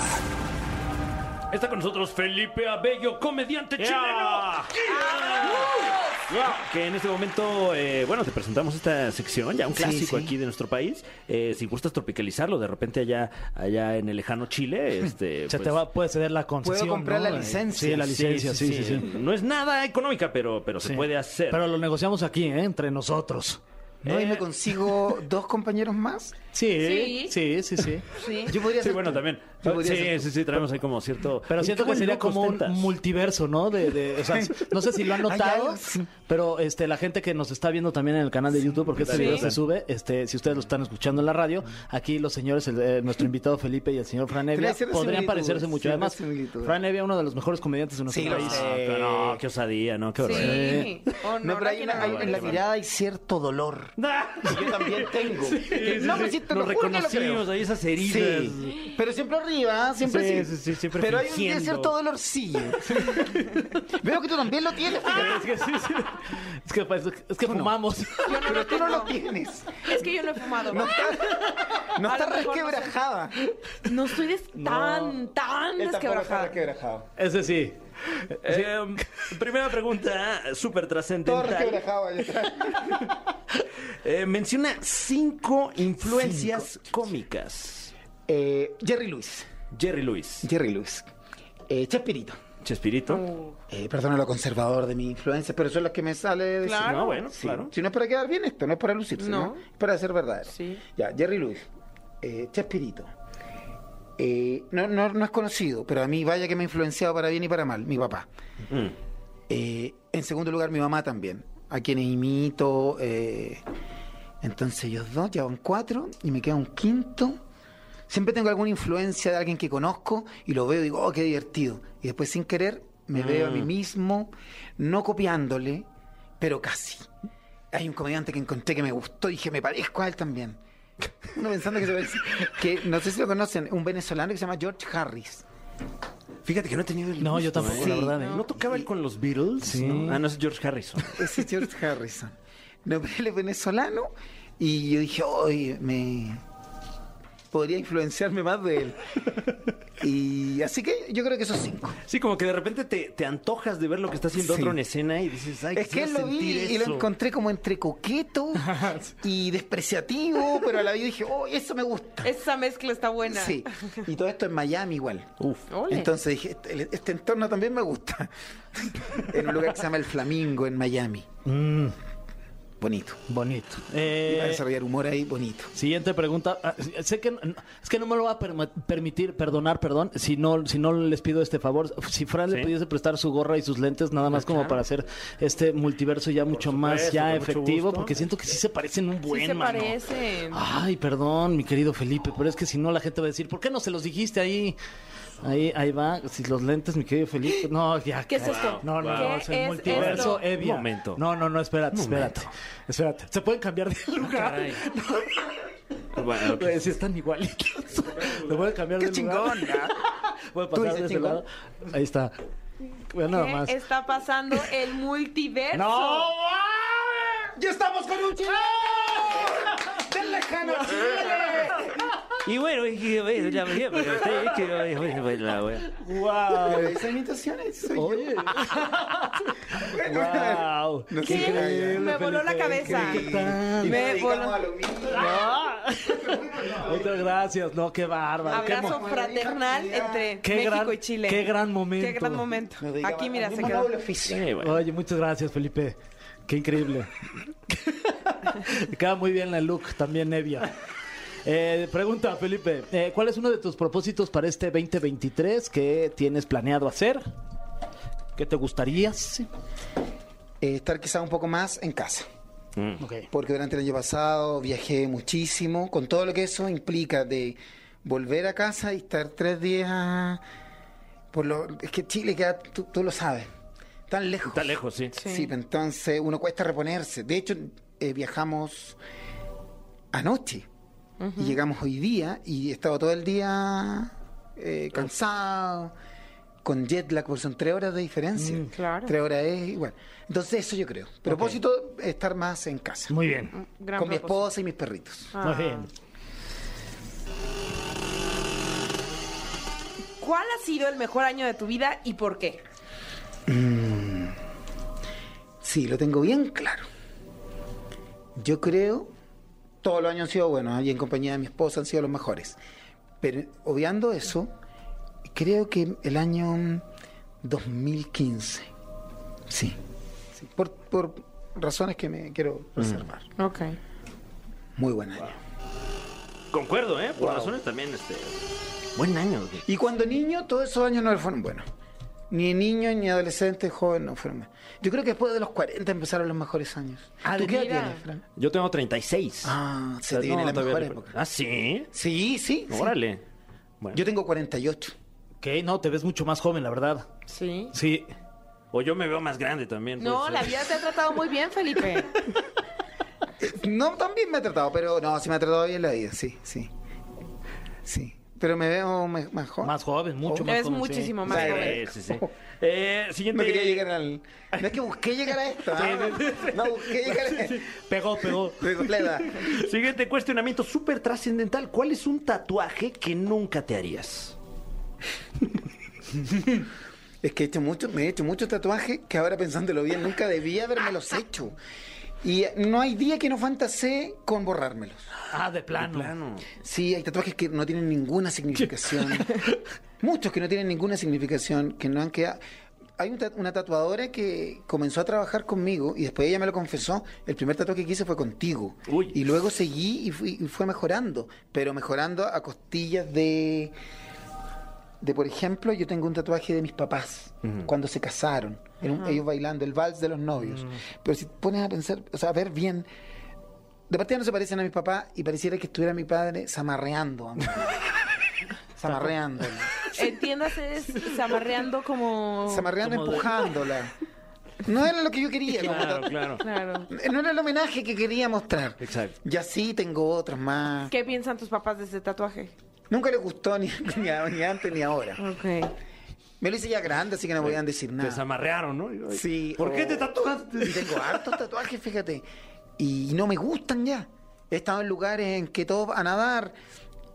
[SPEAKER 4] Está con nosotros Felipe Abello, comediante
[SPEAKER 6] Yeah.
[SPEAKER 4] Ah. chileno. Que en este momento, eh, bueno, te presentamos esta sección, ya un
[SPEAKER 5] Sí,
[SPEAKER 4] clásico
[SPEAKER 5] sí.
[SPEAKER 4] aquí de nuestro país. Eh, si gustas tropicalizarlo, de repente allá, allá en el lejano
[SPEAKER 3] [laughs]
[SPEAKER 4] Chile, este,
[SPEAKER 3] Se
[SPEAKER 4] pues,
[SPEAKER 3] te va, puede ceder la concesión.
[SPEAKER 5] comprar
[SPEAKER 3] ¿no?
[SPEAKER 5] la licencia.
[SPEAKER 3] Sí, la licencia, sí, sí, sí.
[SPEAKER 4] No es nada económica, pero, pero se
[SPEAKER 3] Sí.
[SPEAKER 4] puede hacer.
[SPEAKER 3] Pero lo negociamos aquí, ¿eh? entre nosotros.
[SPEAKER 5] No, y
[SPEAKER 4] Eh.
[SPEAKER 5] me consigo dos compañeros más.
[SPEAKER 3] Sí,
[SPEAKER 2] Sí.
[SPEAKER 3] sí, sí, sí.
[SPEAKER 2] Sí.
[SPEAKER 5] Yo podría
[SPEAKER 4] Sí,
[SPEAKER 5] ser
[SPEAKER 4] bueno,
[SPEAKER 5] tú.
[SPEAKER 4] también.
[SPEAKER 5] Yo podría
[SPEAKER 4] Sí,
[SPEAKER 5] ser
[SPEAKER 4] sí,
[SPEAKER 5] tú.
[SPEAKER 4] sí, traemos ahí como cierto.
[SPEAKER 3] Pero
[SPEAKER 4] Oye,
[SPEAKER 3] siento
[SPEAKER 4] qué
[SPEAKER 3] que sería
[SPEAKER 4] loco
[SPEAKER 3] como un
[SPEAKER 4] ostentas.
[SPEAKER 3] multiverso, ¿no? De, de- o
[SPEAKER 5] [laughs]
[SPEAKER 3] sea, no sé si lo han
[SPEAKER 5] Hay
[SPEAKER 3] notado,
[SPEAKER 5] algo, sí.
[SPEAKER 3] pero este, la gente que nos está viendo también en el canal de YouTube, porque este
[SPEAKER 2] Sí.
[SPEAKER 3] video se sube, este, si ustedes lo están escuchando en la radio, aquí los señores, el, eh, nuestro invitado Felipe y el señor Fran Evia,
[SPEAKER 5] Trae ciertas
[SPEAKER 3] podrían
[SPEAKER 5] similitudes,
[SPEAKER 3] parecerse mucho. Además,
[SPEAKER 5] ciertas similitudes.
[SPEAKER 3] Fran Evia, uno de los mejores comediantes de nuestro
[SPEAKER 5] Sí, lo
[SPEAKER 3] país.
[SPEAKER 5] sé.
[SPEAKER 4] Ah, pero no, qué osadía, ¿no? Qué horror.
[SPEAKER 2] Sí. Oh, Honor
[SPEAKER 5] No, pero
[SPEAKER 2] a
[SPEAKER 5] hay
[SPEAKER 2] quien
[SPEAKER 5] una- hay-
[SPEAKER 2] honor.
[SPEAKER 5] en la mirada hay cierto [laughs] dolor. que Yo también tengo. Eh, no, me siento
[SPEAKER 4] Nos reconocimos ahí esas heridas.
[SPEAKER 5] Sí, pero siempre arriba, ¿eh? siempre
[SPEAKER 4] Sí,
[SPEAKER 5] sí.
[SPEAKER 4] sí, sí, siempre
[SPEAKER 5] pero hay un día
[SPEAKER 4] fingiendo.
[SPEAKER 5] cierto [laughs] dolorcillo. Veo que tú también lo tienes,
[SPEAKER 3] [laughs]
[SPEAKER 5] fíjate.
[SPEAKER 3] Es que, sí, sí. Es que, pues, es que fumamos.
[SPEAKER 2] Yo no lo
[SPEAKER 5] pero tú no lo
[SPEAKER 2] tengo.
[SPEAKER 5] tienes.
[SPEAKER 2] Es que yo no he fumado.
[SPEAKER 5] No
[SPEAKER 2] No,
[SPEAKER 5] estás, no
[SPEAKER 2] A lo
[SPEAKER 5] estás
[SPEAKER 2] mejor no sé.
[SPEAKER 5] resquebrajada.
[SPEAKER 2] estoy des- tan, tan
[SPEAKER 5] Él tampoco está
[SPEAKER 2] desquebrajada.
[SPEAKER 5] resquebrajado.
[SPEAKER 3] Ese sí. Em,
[SPEAKER 4] Eh, [laughs] primera pregunta, súper
[SPEAKER 5] Todo
[SPEAKER 4] trascendental.
[SPEAKER 5] resquebrajado. ahí está.
[SPEAKER 4] Eh, menciona cinco influencias cómicas.
[SPEAKER 5] Eh, Jerry Lewis.
[SPEAKER 4] Jerry Lewis,
[SPEAKER 5] Jerry Lewis. Eh, Chespirito.
[SPEAKER 4] Chespirito.
[SPEAKER 2] Uh.
[SPEAKER 5] Eh, perdona lo conservador de mi influencia, pero son las que me sale de
[SPEAKER 2] Claro.
[SPEAKER 4] Ah, No, bueno,
[SPEAKER 5] Sí.
[SPEAKER 4] claro.
[SPEAKER 5] Si no es para quedar bien esto, no es para lucirse, ¿no?
[SPEAKER 2] No.
[SPEAKER 5] Es para ser verdadero.
[SPEAKER 2] Sí.
[SPEAKER 5] Ya, Jerry Lewis, eh, Chespirito. Eh, no, no, no es conocido, pero a mí vaya que me ha influenciado para bien y para mal, mi papá.
[SPEAKER 4] Mm.
[SPEAKER 5] Eh, en segundo lugar, mi mamá también, a quienes imito. eh, entonces ellos dos, ya van cuatro, y me queda un quinto. Siempre tengo alguna influencia de alguien que conozco y lo veo y digo, oh, qué divertido. Y después sin querer me veo a mí mismo, no copiándole, pero casi. Hay un comediante que encontré que me gustó y dije, me parezco a él también. [laughs] Uno pensando que se parece- que no sé si lo conocen, un venezolano que se llama George Harris.
[SPEAKER 4] Fíjate que no he tenido el
[SPEAKER 3] No,
[SPEAKER 4] gusto,
[SPEAKER 3] yo tampoco,
[SPEAKER 4] ¿eh?
[SPEAKER 3] la verdad. ¿eh?
[SPEAKER 4] No tocaba él con los Beatles.
[SPEAKER 3] Sí.
[SPEAKER 4] ¿no? Ah, no es George Harrison.
[SPEAKER 5] Ese es George Harrison. No, pero él es venezolano. Y yo dije, oye, me. Podría influenciarme más de él. Y así que yo creo que esos cinco.
[SPEAKER 4] [laughs] Sí, como que de repente te, te antojas de ver lo que está haciendo
[SPEAKER 5] Sí.
[SPEAKER 4] otro en escena y dices, ay,
[SPEAKER 5] Es que él
[SPEAKER 4] quisiera
[SPEAKER 5] lo vi
[SPEAKER 4] sentir
[SPEAKER 5] y
[SPEAKER 4] eso.
[SPEAKER 5] lo encontré como entre coqueto y despreciativo, pero a la vez dije, oh, eso me gusta.
[SPEAKER 2] Esa mezcla está buena.
[SPEAKER 5] Sí, y todo esto en Miami igual.
[SPEAKER 4] Uf.
[SPEAKER 2] Ole.
[SPEAKER 5] Entonces dije, este, este entorno también me gusta. en un lugar que se llama El Flamingo, en Miami. Bonito.
[SPEAKER 3] Bonito.
[SPEAKER 5] Y para
[SPEAKER 3] Eh,
[SPEAKER 5] desarrollar humor ahí, bonito.
[SPEAKER 3] Siguiente pregunta. Ah, Sé que no- es que no me lo va a perma- permitir, perdonar, perdón, si no, si no les pido este favor. Si Fran
[SPEAKER 4] Sí. Ah,
[SPEAKER 3] le pudiese prestar su gorra y sus lentes, nada más como para hacer este multiverso ya mucho más
[SPEAKER 4] supuesto,
[SPEAKER 3] ya
[SPEAKER 4] con mucho
[SPEAKER 3] efectivo,
[SPEAKER 4] gusto.
[SPEAKER 3] porque siento que sí se parecen un
[SPEAKER 2] Sí
[SPEAKER 3] buen Ah,
[SPEAKER 2] se
[SPEAKER 3] mano.
[SPEAKER 2] parecen.
[SPEAKER 3] Ay, perdón, mi querido Felipe, pero es que si no la gente va a decir, ¿por qué no se los dijiste ahí? Ahí, ahí va, si los lentes, mi querido Felipe. No, ya.
[SPEAKER 2] ¿Qué es
[SPEAKER 3] caray.
[SPEAKER 2] esto?
[SPEAKER 3] No, no,
[SPEAKER 2] ¿Qué
[SPEAKER 3] no, es el
[SPEAKER 2] es
[SPEAKER 3] multiverso
[SPEAKER 2] esto?
[SPEAKER 3] Evia.
[SPEAKER 4] Un momento.
[SPEAKER 3] No, no, no, espérate, espérate. Espérate. ¿Se pueden cambiar de [laughs] lugar?
[SPEAKER 4] [laughs] Caray. Bueno, ok.
[SPEAKER 3] Pues, sí están
[SPEAKER 5] [laughs]
[SPEAKER 3] igualitos. Lo voy a cambiar
[SPEAKER 5] pues, ¡Qué
[SPEAKER 3] de lugar.
[SPEAKER 5] chingón! ya!
[SPEAKER 3] Voy a
[SPEAKER 5] ¿Tú
[SPEAKER 3] pasar
[SPEAKER 5] dices
[SPEAKER 3] de ese
[SPEAKER 5] chingón?
[SPEAKER 3] lado. Ahí está. Vea nada más.
[SPEAKER 2] ¿Qué está pasando el multiverso?
[SPEAKER 3] [laughs] ¡No!
[SPEAKER 5] [laughs] ¡Ya estamos con un chileno! ¡Del lejano Chile!
[SPEAKER 4] Y bueno, y que, bueno, ya me dije, pero usted, es que, bueno, bueno, bueno, la wea.
[SPEAKER 5] [laughs] Pero esas imitaciones soy [laughs]
[SPEAKER 3] Oye.
[SPEAKER 5] yo. Bueno,
[SPEAKER 3] ¡Wow!
[SPEAKER 5] No sé
[SPEAKER 2] ¿Qué?
[SPEAKER 5] qué era
[SPEAKER 2] Me voló la cabeza.
[SPEAKER 5] ya. Y
[SPEAKER 2] Me
[SPEAKER 5] nos dedicamos
[SPEAKER 2] voló.
[SPEAKER 5] a lo mismo.
[SPEAKER 3] Muchas gracias. No, qué bárbaro. Qué,
[SPEAKER 2] Abrazo
[SPEAKER 3] mo-
[SPEAKER 2] fraternal entre
[SPEAKER 3] qué
[SPEAKER 2] México
[SPEAKER 3] gran,
[SPEAKER 2] y Chile.
[SPEAKER 3] qué gran momento.
[SPEAKER 2] Qué gran momento.
[SPEAKER 5] Nos dedicamos
[SPEAKER 2] Ah. Aquí, mira,
[SPEAKER 5] al
[SPEAKER 2] se
[SPEAKER 5] mismo
[SPEAKER 2] quedó.
[SPEAKER 5] noble oficio.
[SPEAKER 4] Sí, bueno.
[SPEAKER 3] Oye, muchas gracias, Felipe.
[SPEAKER 5] [laughs]
[SPEAKER 3] Qué increíble. Me queda muy bien la look también, Nevia. Eh, pregunta, Felipe. eh, ¿Cuál es uno de tus propósitos para este 2023 que tienes planeado hacer? ¿Qué te gustaría?
[SPEAKER 5] Eh, estar quizá un poco más en casa.
[SPEAKER 4] Mm.
[SPEAKER 3] Ok.
[SPEAKER 5] Porque durante el año pasado viajé muchísimo, con todo lo que eso implica de volver a casa y estar tres días. Por lo, es que Chile queda, tú, tú lo sabes, tan lejos.
[SPEAKER 4] Está lejos, sí.
[SPEAKER 5] Sí, pero entonces uno cuesta reponerse. De hecho, eh, viajamos anoche y llegamos hoy día y he estado todo el día eh, cansado, con jet lag, porque son tres horas de diferencia.
[SPEAKER 2] Mm, claro.
[SPEAKER 5] Tres horas es igual. Entonces, eso yo creo. Propósito, estar más en casa.
[SPEAKER 3] Muy bien.
[SPEAKER 2] Gran
[SPEAKER 5] con
[SPEAKER 2] propósito. Ah.
[SPEAKER 5] mi esposa y mis perritos.
[SPEAKER 3] Muy bien.
[SPEAKER 2] ¿Cuál ha sido el mejor año de tu vida y por qué?
[SPEAKER 5] Sí, lo tengo bien claro. Yo creo, todos los años han sido buenos, ¿eh? y en compañía de mi esposa han sido los mejores. Pero obviando eso, creo que el año 2015, sí, sí, por, por razones que me quiero reservar.
[SPEAKER 2] Ok.
[SPEAKER 5] Muy buen año.
[SPEAKER 4] Concuerdo, ¿eh? Por razones también, este... Buen año. güey.
[SPEAKER 5] Y cuando niño, todos esos años no fueron buenos. Ni niño, ni adolescente, joven, no fueron buenos. Yo creo que después de los 40 empezaron los mejores años.
[SPEAKER 2] Ah,
[SPEAKER 5] ¿Tú
[SPEAKER 2] de
[SPEAKER 5] qué edad
[SPEAKER 2] veras.
[SPEAKER 5] tienes, Fran?
[SPEAKER 4] Yo tengo 36.
[SPEAKER 5] Ah, se
[SPEAKER 4] Pero
[SPEAKER 5] te viene
[SPEAKER 4] no,
[SPEAKER 5] la
[SPEAKER 4] todavía
[SPEAKER 5] mejor
[SPEAKER 4] le-
[SPEAKER 5] época.
[SPEAKER 4] ¿Ah, sí?
[SPEAKER 5] Sí, sí. sí.
[SPEAKER 4] Órale. Bueno.
[SPEAKER 5] Yo tengo 48.
[SPEAKER 3] Ok, no, te ves mucho más joven, la verdad.
[SPEAKER 2] Sí.
[SPEAKER 3] Sí.
[SPEAKER 4] O yo me veo más grande
[SPEAKER 3] Pues
[SPEAKER 4] también. pues, ¿eh?
[SPEAKER 2] No,
[SPEAKER 4] puede
[SPEAKER 2] la
[SPEAKER 4] ser.
[SPEAKER 2] vida te ha tratado muy bien,
[SPEAKER 3] [laughs]
[SPEAKER 2] Felipe.
[SPEAKER 5] No, también me ha tratado, pero no, sí me ha tratado bien la vida, sí, sí. Sí. Pero me veo me- mejor.
[SPEAKER 3] Más joven,
[SPEAKER 5] Oh.
[SPEAKER 3] mucho más
[SPEAKER 2] es
[SPEAKER 3] joven. sí.
[SPEAKER 2] muchísimo más
[SPEAKER 5] Sí.
[SPEAKER 2] joven.
[SPEAKER 4] Eh, sí, sí. Eh, siguiente.
[SPEAKER 5] No quería llegar al. No es que busqué llegar a esto. ¿ah? No busqué llegar a esto.
[SPEAKER 3] Pegó, pegó.
[SPEAKER 4] Siguiente cuestionamiento súper trascendental. ¿Cuál es un tatuaje que nunca te harías?
[SPEAKER 5] Es que he hecho mucho, me he hecho muchos tatuajes que ahora pensándolo bien, nunca debía habérmelos hecho. Y no hay día que no fantasee con borrármelos.
[SPEAKER 3] Ah, de plano.
[SPEAKER 5] Sí, hay tatuajes que no tienen ninguna significación. Muchos que no tienen ninguna significación, que no han quedado. Hay un ta- una tatuadora que comenzó a trabajar conmigo y después ella me lo confesó. El primer tatuaje que hice fue contigo.
[SPEAKER 4] Uy.
[SPEAKER 5] Y luego seguí y, fui- y fue mejorando, pero mejorando a costillas de. De, por ejemplo, yo tengo un tatuaje de mis papás cuando se casaron. Era un- ellos bailando el vals de los novios. Pero si te pones a pensar, o sea, a ver bien, de partida no se parecen a mi papá y pareciera que estuviera mi padre zamarreando.
[SPEAKER 2] [laughs]
[SPEAKER 5] a mí. Zamarreándola.
[SPEAKER 2] Entiéndase, es zamarreando como...
[SPEAKER 5] Zamarreando, empujándola. No era lo que yo quería. ¿no?
[SPEAKER 4] Claro, claro.
[SPEAKER 2] Claro.
[SPEAKER 5] No era el homenaje que quería mostrar.
[SPEAKER 4] Exacto.
[SPEAKER 5] Y así tengo otros más.
[SPEAKER 2] ¿Qué piensan tus papás de ese tatuaje?
[SPEAKER 5] Nunca les gustó ni, [laughs] ni a- ni antes ni ahora.
[SPEAKER 2] Ok.
[SPEAKER 5] Me lo hice ya grande, así que no podían decir
[SPEAKER 4] Te
[SPEAKER 5] nada.
[SPEAKER 4] desamarrearon, ¿no?
[SPEAKER 5] Sí,
[SPEAKER 4] ¿Por
[SPEAKER 5] o-
[SPEAKER 4] qué te tatuaste?
[SPEAKER 5] Y [laughs] tengo hartos tatuajes, fíjate. Y no me gustan ya. He estado en lugares en que todos van a nadar.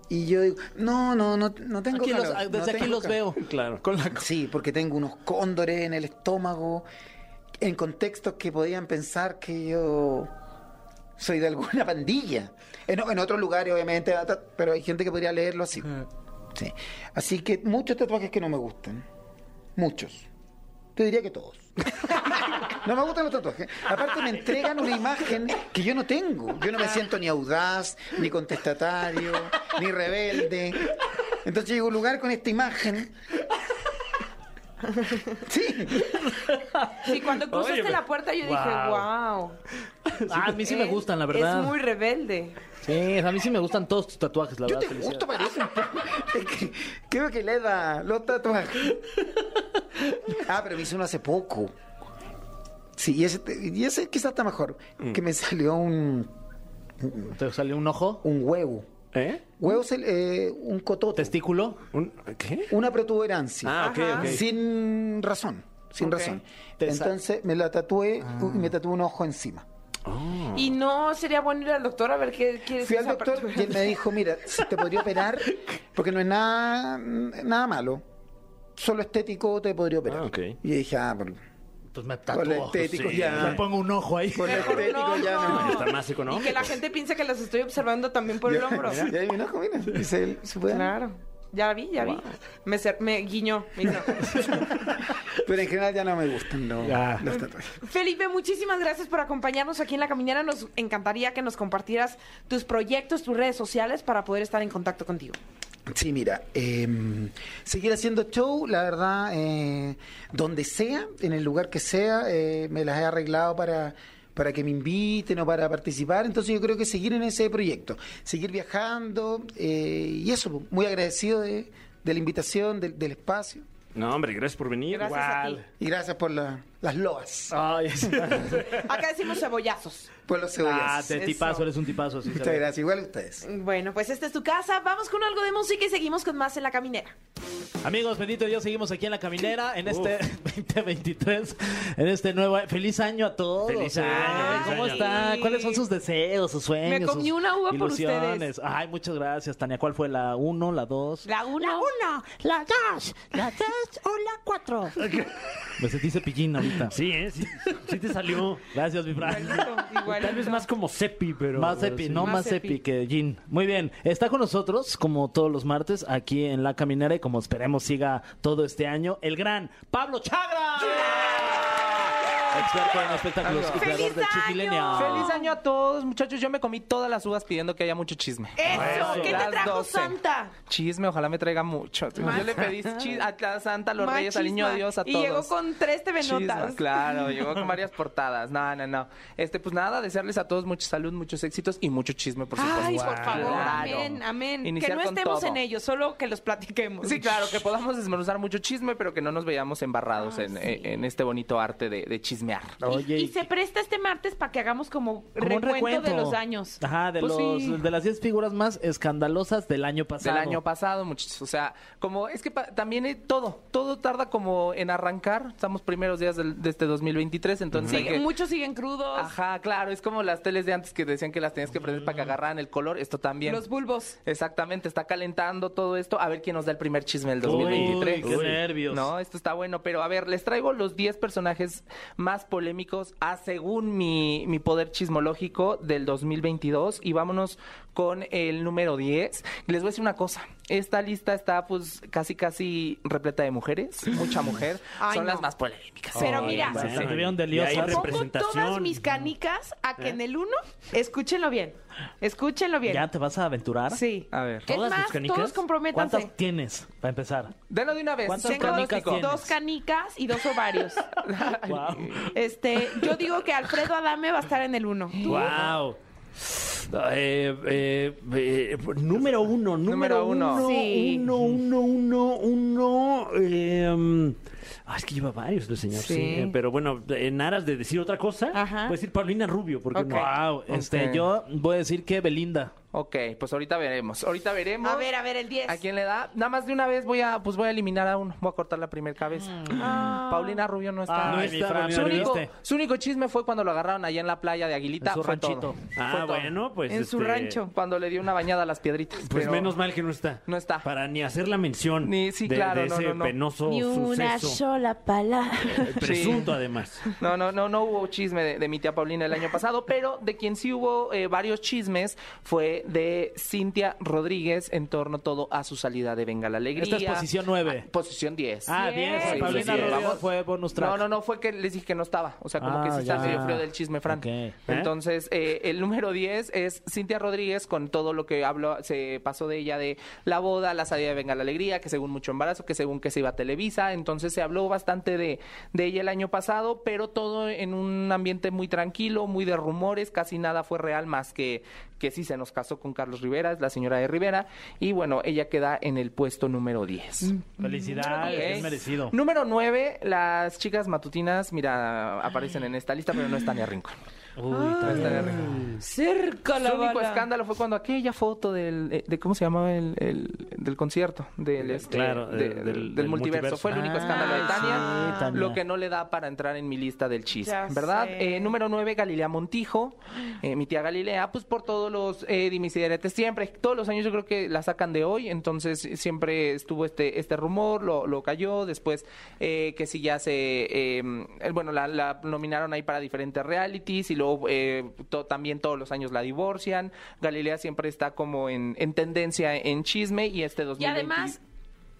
[SPEAKER 5] Y yo digo, no, no, no, no tengo
[SPEAKER 3] Aquí los-
[SPEAKER 5] calor, no
[SPEAKER 3] desde aquí
[SPEAKER 5] tengo
[SPEAKER 3] los
[SPEAKER 5] calor.
[SPEAKER 3] veo.
[SPEAKER 4] Claro.
[SPEAKER 5] Sí, porque tengo unos cóndores en el estómago, en contextos que podían pensar que yo soy de alguna [laughs] pandilla. En, en otros lugares, obviamente, ta- pero hay gente que podría leerlo así. Sí. Así que muchos tatuajes que no me gustan. Muchos. Te diría que todos. [laughs] No me gustan los tatuajes. Aparte me entregan una imagen que yo no tengo. Yo no me siento ni audaz, ni contestatario, ni rebelde. Entonces llego a un lugar con esta imagen. Sí.
[SPEAKER 2] Sí, cuando cruzaste
[SPEAKER 4] Oye, pero-
[SPEAKER 2] la puerta yo dije,
[SPEAKER 4] Wow.
[SPEAKER 2] wow.
[SPEAKER 3] Ah, a mí sí me gustan, la verdad.
[SPEAKER 2] Es muy rebelde.
[SPEAKER 3] Sí, a mí sí me gustan todos tus tatuajes, la
[SPEAKER 5] Yo
[SPEAKER 3] verdad.
[SPEAKER 5] te
[SPEAKER 3] felicidades.
[SPEAKER 5] gusto, parece un poco. [laughs] Es que creo que le da los tatuajes. Ah, pero me hice uno hace poco. Sí, y ese, te- y ese quizás está mejor. Que me salió un,
[SPEAKER 3] ¿Te salió un ojo?
[SPEAKER 5] un huevo.
[SPEAKER 4] ¿Eh?
[SPEAKER 5] Huevo es el, eh, un cototo.
[SPEAKER 3] ¿Testículo?
[SPEAKER 4] ¿Un... ¿Qué?
[SPEAKER 5] Una protuberancia.
[SPEAKER 4] Ah, ok,
[SPEAKER 2] Ajá.
[SPEAKER 4] ok.
[SPEAKER 5] Sin razón. Sin
[SPEAKER 2] Ok.
[SPEAKER 5] razón.
[SPEAKER 3] Te sa-
[SPEAKER 5] Entonces me la tatué y me tatué un ojo encima.
[SPEAKER 4] Oh.
[SPEAKER 2] Y no sería bueno ir al doctor a ver qué quieres
[SPEAKER 5] Fui al
[SPEAKER 2] esa
[SPEAKER 5] doctor
[SPEAKER 2] apertura.
[SPEAKER 5] y él me dijo, mira, si te podría operar porque no es nada, nada malo. Solo estético te podría operar.
[SPEAKER 4] Ah, ok.
[SPEAKER 5] Y dije, ah, por,
[SPEAKER 3] Pues me
[SPEAKER 5] por lo
[SPEAKER 3] tatúo.
[SPEAKER 5] estético
[SPEAKER 4] sí.
[SPEAKER 3] Le
[SPEAKER 2] Ah.
[SPEAKER 5] ya.
[SPEAKER 3] pongo un ojo ahí.
[SPEAKER 5] Por lo
[SPEAKER 2] [laughs] Mejor
[SPEAKER 5] estético
[SPEAKER 2] no,
[SPEAKER 5] ya
[SPEAKER 2] no.
[SPEAKER 5] no.
[SPEAKER 4] Está más
[SPEAKER 2] Y que
[SPEAKER 4] económico.
[SPEAKER 2] la gente piense que las estoy observando también por el hombro.
[SPEAKER 5] Y ahí mi ojo, mira, dice él, ¿se puede?
[SPEAKER 2] Claro. Ya vi, ya vi. Me, cer- me guiñó. me
[SPEAKER 3] [laughs]
[SPEAKER 2] hizo.
[SPEAKER 5] Pero en general ya no me gustan no, los tatuajes.
[SPEAKER 2] Felipe, muchísimas gracias por acompañarnos aquí en La Caminera. Nos encantaría que nos compartieras tus proyectos, tus redes sociales para poder estar en contacto contigo.
[SPEAKER 5] Sí, mira, eh, seguir haciendo show, la verdad, eh, donde sea, en el lugar que sea, eh, me las he arreglado para, para que me inviten o para participar. Entonces yo creo que seguir en ese proyecto, seguir viajando eh, y eso, pues, muy agradecido de, de la invitación, del, del espacio.
[SPEAKER 4] No, hombre, gracias por venir.
[SPEAKER 2] Gracias a ti.
[SPEAKER 4] Igual.
[SPEAKER 5] Y gracias por la- las
[SPEAKER 2] [laughs]
[SPEAKER 5] loas,
[SPEAKER 4] Ay,
[SPEAKER 2] Acá decimos cebollazos.
[SPEAKER 5] por los
[SPEAKER 6] Ah,
[SPEAKER 5] cebollazos.
[SPEAKER 6] te
[SPEAKER 2] Eso.
[SPEAKER 6] tipazo, eres un tipazo. Así se
[SPEAKER 5] Muchas
[SPEAKER 6] ve.
[SPEAKER 5] gracias, igual a ustedes.
[SPEAKER 2] Bueno, pues esta es tu casa. Vamos con algo de música y seguimos con más en La Caminera.
[SPEAKER 6] Amigos, bendito Dios, seguimos aquí en la caminera en este [laughs] 2023, en este nuevo feliz año a todos.
[SPEAKER 4] Feliz
[SPEAKER 6] Ay,
[SPEAKER 4] año, feliz
[SPEAKER 6] ¿Cómo
[SPEAKER 4] año.
[SPEAKER 6] están? ¿Cuáles son sus deseos, sus sueños?
[SPEAKER 2] Me comí
[SPEAKER 6] sus
[SPEAKER 2] una uva por ustedes.
[SPEAKER 6] ilusiones? Ay, muchas gracias, Tania. ¿Cuál fue la 1, la 2?
[SPEAKER 2] La una. La una.
[SPEAKER 7] La dos, la tres o la cuatro.
[SPEAKER 6] Me sentí cepillín ahorita.
[SPEAKER 4] Sí, ¿eh? Sí, sí te salió.
[SPEAKER 6] Gracias, mi Fran.
[SPEAKER 4] Tal vez más como Seppi, pero.
[SPEAKER 6] Más epi,
[SPEAKER 4] sí.
[SPEAKER 6] no
[SPEAKER 2] Más
[SPEAKER 6] más
[SPEAKER 2] epi.
[SPEAKER 6] epi que Jin. Muy bien, está con nosotros como todos los martes aquí en La Caminera y como esperemos siga todo este año, el gran Pablo Chagra. Experto en espectáculos y creador de
[SPEAKER 2] ¡Feliz
[SPEAKER 6] Chip
[SPEAKER 2] año!
[SPEAKER 6] Millennial.
[SPEAKER 8] Feliz año a todos, muchachos. Yo me comí todas las uvas pidiendo que haya mucho chisme.
[SPEAKER 2] Eso, ¿qué te
[SPEAKER 8] Las
[SPEAKER 2] trajo
[SPEAKER 8] 12.
[SPEAKER 2] Santa?
[SPEAKER 8] Chisme, ojalá me traiga mucho. Yo le pedí chis- a la Santa, a los
[SPEAKER 2] Más
[SPEAKER 8] Reyes, al Niño
[SPEAKER 2] chisma.
[SPEAKER 8] Dios, a todos.
[SPEAKER 2] Y llegó con tres TV
[SPEAKER 8] Chisma,
[SPEAKER 2] notas. [laughs]
[SPEAKER 8] claro, llegó con varias portadas. No, no, no. Este, pues nada, desearles a todos mucha salud, muchos éxitos y mucho chisme, por supuesto.
[SPEAKER 2] Ay, por favor,
[SPEAKER 8] Claro.
[SPEAKER 2] amén, amén.
[SPEAKER 8] Iniciar
[SPEAKER 2] que no
[SPEAKER 8] con
[SPEAKER 2] estemos
[SPEAKER 8] todo.
[SPEAKER 2] en ello, solo que los platiquemos.
[SPEAKER 8] Sí, claro, que podamos desmenuzar mucho chisme, pero que no nos veamos
[SPEAKER 2] Ah,
[SPEAKER 8] embarrados en, en este bonito arte de, de chismear.
[SPEAKER 6] Oye,
[SPEAKER 2] Y, y se presta este martes para que hagamos como,
[SPEAKER 6] como un
[SPEAKER 2] recuento,
[SPEAKER 6] recuento.
[SPEAKER 2] de los años.
[SPEAKER 6] Ajá, de,
[SPEAKER 8] Pues
[SPEAKER 6] los,
[SPEAKER 8] sí.
[SPEAKER 6] de las 10 figuras más escandalosas del año pasado.
[SPEAKER 8] Del año pasado, muchachos. O sea, como es que pa- también eh, todo, todo tarda como en arrancar. Estamos primeros días del- de este 2023, entonces hay
[SPEAKER 2] Sí,
[SPEAKER 8] que-
[SPEAKER 2] Muchos siguen crudos,
[SPEAKER 8] Ajá, claro, es como las teles de antes que decían que las tenías que prender para que agarraran el color. Esto también.
[SPEAKER 2] los bulbos.
[SPEAKER 8] Exactamente, está calentando todo esto. A ver quién nos da el primer chisme del 2023.
[SPEAKER 6] Uy, qué nervios.
[SPEAKER 8] No, esto está bueno, pero a ver, les traigo los 10 personajes más polémicos a según mi, mi poder chismológico del 2022 y vámonos con el número 10. Les voy a decir una cosa, esta lista está pues casi casi repleta de mujeres, mucha mujer,
[SPEAKER 2] Ay,
[SPEAKER 8] son
[SPEAKER 2] no.
[SPEAKER 8] las más polémicas.
[SPEAKER 2] Pero mira,
[SPEAKER 6] Se
[SPEAKER 4] Bueno.
[SPEAKER 6] estuvieron de
[SPEAKER 4] Y
[SPEAKER 6] liosas.
[SPEAKER 4] ahí
[SPEAKER 2] pongo todas
[SPEAKER 4] representación.
[SPEAKER 2] mis canicas a que en el uno, escúchenlo bien, escúchenlo bien.
[SPEAKER 6] ¿Ya te vas a aventurar?
[SPEAKER 2] Sí.
[SPEAKER 8] A ver.
[SPEAKER 2] Es
[SPEAKER 4] ¿Todas tus
[SPEAKER 2] más,
[SPEAKER 4] canicas?
[SPEAKER 2] todos comprométanse.
[SPEAKER 6] ¿Cuántas tienes para empezar?
[SPEAKER 8] Denlo de una vez.
[SPEAKER 6] ¿Cuántas
[SPEAKER 8] un
[SPEAKER 2] Tengo dos-
[SPEAKER 8] pronóstico.
[SPEAKER 6] tienes?
[SPEAKER 2] dos canicas y dos ovarios.
[SPEAKER 6] Wow.
[SPEAKER 2] Este, yo digo que Alfredo Adame va a estar en el uno. ¿Tú?
[SPEAKER 4] ¡Wow! Eh, eh, eh, número uno, número,
[SPEAKER 8] Número uno.
[SPEAKER 4] uno, uno,
[SPEAKER 2] Sí.
[SPEAKER 4] uno, uno, uno, eh, ah, es que lleva varios el señor, sí.
[SPEAKER 2] Sí.
[SPEAKER 4] eh, pero bueno, en aras de decir otra cosa,
[SPEAKER 2] Ajá.
[SPEAKER 4] voy a decir Paulina Rubio, porque no.
[SPEAKER 6] Wow, este,
[SPEAKER 8] Ok.
[SPEAKER 6] yo voy a decir que Belinda.
[SPEAKER 8] Ok, pues ahorita veremos. Ahorita veremos.
[SPEAKER 2] A ver, a ver, el 10.
[SPEAKER 8] ¿A quién le da? Nada más de una vez voy a, pues voy a eliminar a uno. Voy a cortar la primera cabeza. Ah. Paulina Rubio no está.
[SPEAKER 6] Ay,
[SPEAKER 4] no
[SPEAKER 6] mi
[SPEAKER 4] está,
[SPEAKER 6] Fran,
[SPEAKER 4] me
[SPEAKER 8] su,
[SPEAKER 6] ¿me
[SPEAKER 8] único,
[SPEAKER 6] viste?
[SPEAKER 8] su único chisme fue cuando lo agarraron allá en la playa de Aguilita.
[SPEAKER 6] En su
[SPEAKER 8] Fue
[SPEAKER 6] ranchito.
[SPEAKER 8] todo. Fue
[SPEAKER 4] Ah,
[SPEAKER 8] todo.
[SPEAKER 4] bueno, pues.
[SPEAKER 2] En su
[SPEAKER 4] este,
[SPEAKER 2] rancho.
[SPEAKER 8] Cuando le dio una bañada a las piedritas.
[SPEAKER 4] Pues
[SPEAKER 8] pero-
[SPEAKER 4] menos mal que no está.
[SPEAKER 8] No está.
[SPEAKER 4] Para ni hacer la mención
[SPEAKER 8] Ni- sí,
[SPEAKER 4] de,
[SPEAKER 8] claro,
[SPEAKER 4] de
[SPEAKER 8] no,
[SPEAKER 4] ese
[SPEAKER 8] no, no.
[SPEAKER 4] penoso
[SPEAKER 7] Ni una
[SPEAKER 4] suceso. Eh,
[SPEAKER 7] sola palabra.
[SPEAKER 4] Presunto, además.
[SPEAKER 8] No, no, no, no hubo chisme de, de mi tía Paulina el año pasado, pero de quien sí hubo eh, varios chismes fue de Cintia Rodríguez en torno todo a su salida de Venga la Alegría.
[SPEAKER 6] Esta es posición nueve.
[SPEAKER 8] Ah, posición 10.
[SPEAKER 6] Ah,
[SPEAKER 2] Bien.
[SPEAKER 6] bien.
[SPEAKER 8] Sí,
[SPEAKER 6] Paulina
[SPEAKER 8] sí, sí.
[SPEAKER 6] Rubio
[SPEAKER 8] Vamos.
[SPEAKER 6] fue bonus track.
[SPEAKER 8] No, no, no, fue que les dije que no estaba. O sea, como
[SPEAKER 6] Ah,
[SPEAKER 8] que sí está
[SPEAKER 6] ya.
[SPEAKER 8] medio frío del chisme, Fran.
[SPEAKER 6] Ok. ¿Eh?
[SPEAKER 8] Entonces, eh, el número 10 es Cintia Rodríguez con todo lo que habló, se pasó de ella de la boda, la salida de Venga la Alegría, que según mucho embarazo, que según que se iba a Televisa. Entonces, se habló bastante de, de ella el año pasado, pero todo en un ambiente muy tranquilo, muy de rumores, casi nada fue real más que que sí se nos casó con Carlos Rivera, es la señora de Rivera. Y bueno, ella queda en el puesto número 10.
[SPEAKER 6] Felicidades,
[SPEAKER 8] Ok.
[SPEAKER 6] es merecido.
[SPEAKER 8] Número 9, las chicas matutinas, mira, aparecen en esta lista, pero no están ni a rincón. No están ni a rincón.
[SPEAKER 2] Cerca la
[SPEAKER 8] Su único
[SPEAKER 2] bala.
[SPEAKER 8] escándalo fue cuando aquella foto del, eh, de cómo se llamaba el, el- del concierto, del, este,
[SPEAKER 4] Claro,
[SPEAKER 8] de-
[SPEAKER 4] del-
[SPEAKER 8] del,
[SPEAKER 4] del
[SPEAKER 8] del multiverso.
[SPEAKER 4] multiverso.
[SPEAKER 8] Fue el único escándalo de
[SPEAKER 2] Ah,
[SPEAKER 8] Tania,
[SPEAKER 6] sí, Tania.
[SPEAKER 8] lo que no le da para entrar en mi lista del chiste,
[SPEAKER 2] Ya
[SPEAKER 8] ¿verdad?
[SPEAKER 2] sé.
[SPEAKER 8] Eh, número 9, Galilea Montijo, eh, mi tía Galilea, pues por todos los eh, dimisideretes, siempre, todos los años yo creo que la sacan de hoy, entonces eh, siempre estuvo este este rumor, lo, lo cayó, después em, eh, que si ya se, eh, eh, bueno, la, la nominaron ahí para diferentes realities y luego eh, to- también todos los años la divorcian. Galilea siempre está como en, en tendencia en chisme y este 2020...
[SPEAKER 2] Y además,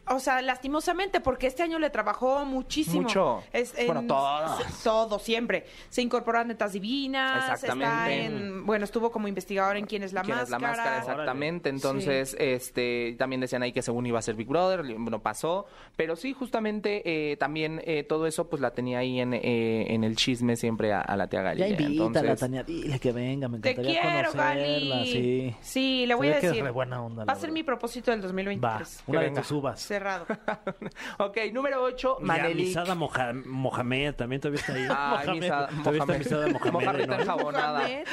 [SPEAKER 2] o sea, lastimosamente, porque este año le trabajó muchísimo.
[SPEAKER 8] Mucho. Bueno, todos.
[SPEAKER 2] s- Todo, siempre. Se incorporó a Netas Divinas. Está
[SPEAKER 8] Exactamente.
[SPEAKER 2] en, bueno, estuvo como investigador en Quién es la
[SPEAKER 8] ¿Quién es
[SPEAKER 2] Máscara.
[SPEAKER 8] la máscara? Exactamente. Entonces, este, también decían ahí que según iba a ser Big Brother, no pasó. Pero sí, justamente eh, también eh, todo eso, pues la tenía ahí en, eh, en el chisme siempre a, a la tía
[SPEAKER 3] Ya
[SPEAKER 8] Galilea.
[SPEAKER 3] invítala,
[SPEAKER 8] Entonces,
[SPEAKER 3] Tania. Dile que venga, me
[SPEAKER 2] Te
[SPEAKER 3] encantaría
[SPEAKER 2] quiero,
[SPEAKER 3] conocerla.
[SPEAKER 2] Gali.
[SPEAKER 3] Sí.
[SPEAKER 2] Sí, le
[SPEAKER 3] Se
[SPEAKER 2] voy
[SPEAKER 3] ve
[SPEAKER 2] a
[SPEAKER 3] que es
[SPEAKER 2] decir.
[SPEAKER 3] re buena onda,
[SPEAKER 2] Va
[SPEAKER 3] la
[SPEAKER 2] a ser
[SPEAKER 3] verdad.
[SPEAKER 2] mi propósito del
[SPEAKER 3] Va, [laughs]
[SPEAKER 2] 2023.
[SPEAKER 3] una de
[SPEAKER 8] venga.
[SPEAKER 3] tus uvas.
[SPEAKER 2] Cerrado.
[SPEAKER 8] [laughs] ok, número 8,
[SPEAKER 4] Manelik.
[SPEAKER 8] Manelik. Ah,
[SPEAKER 4] Misada Moja- Mohamed también todavía está ahí.
[SPEAKER 8] Ay, Misada-
[SPEAKER 4] Todavía está
[SPEAKER 8] Mohamed.
[SPEAKER 4] Misada Mohamed,
[SPEAKER 8] Mohamed está
[SPEAKER 4] ¿no?
[SPEAKER 8] enjabonada.
[SPEAKER 2] Mohamed,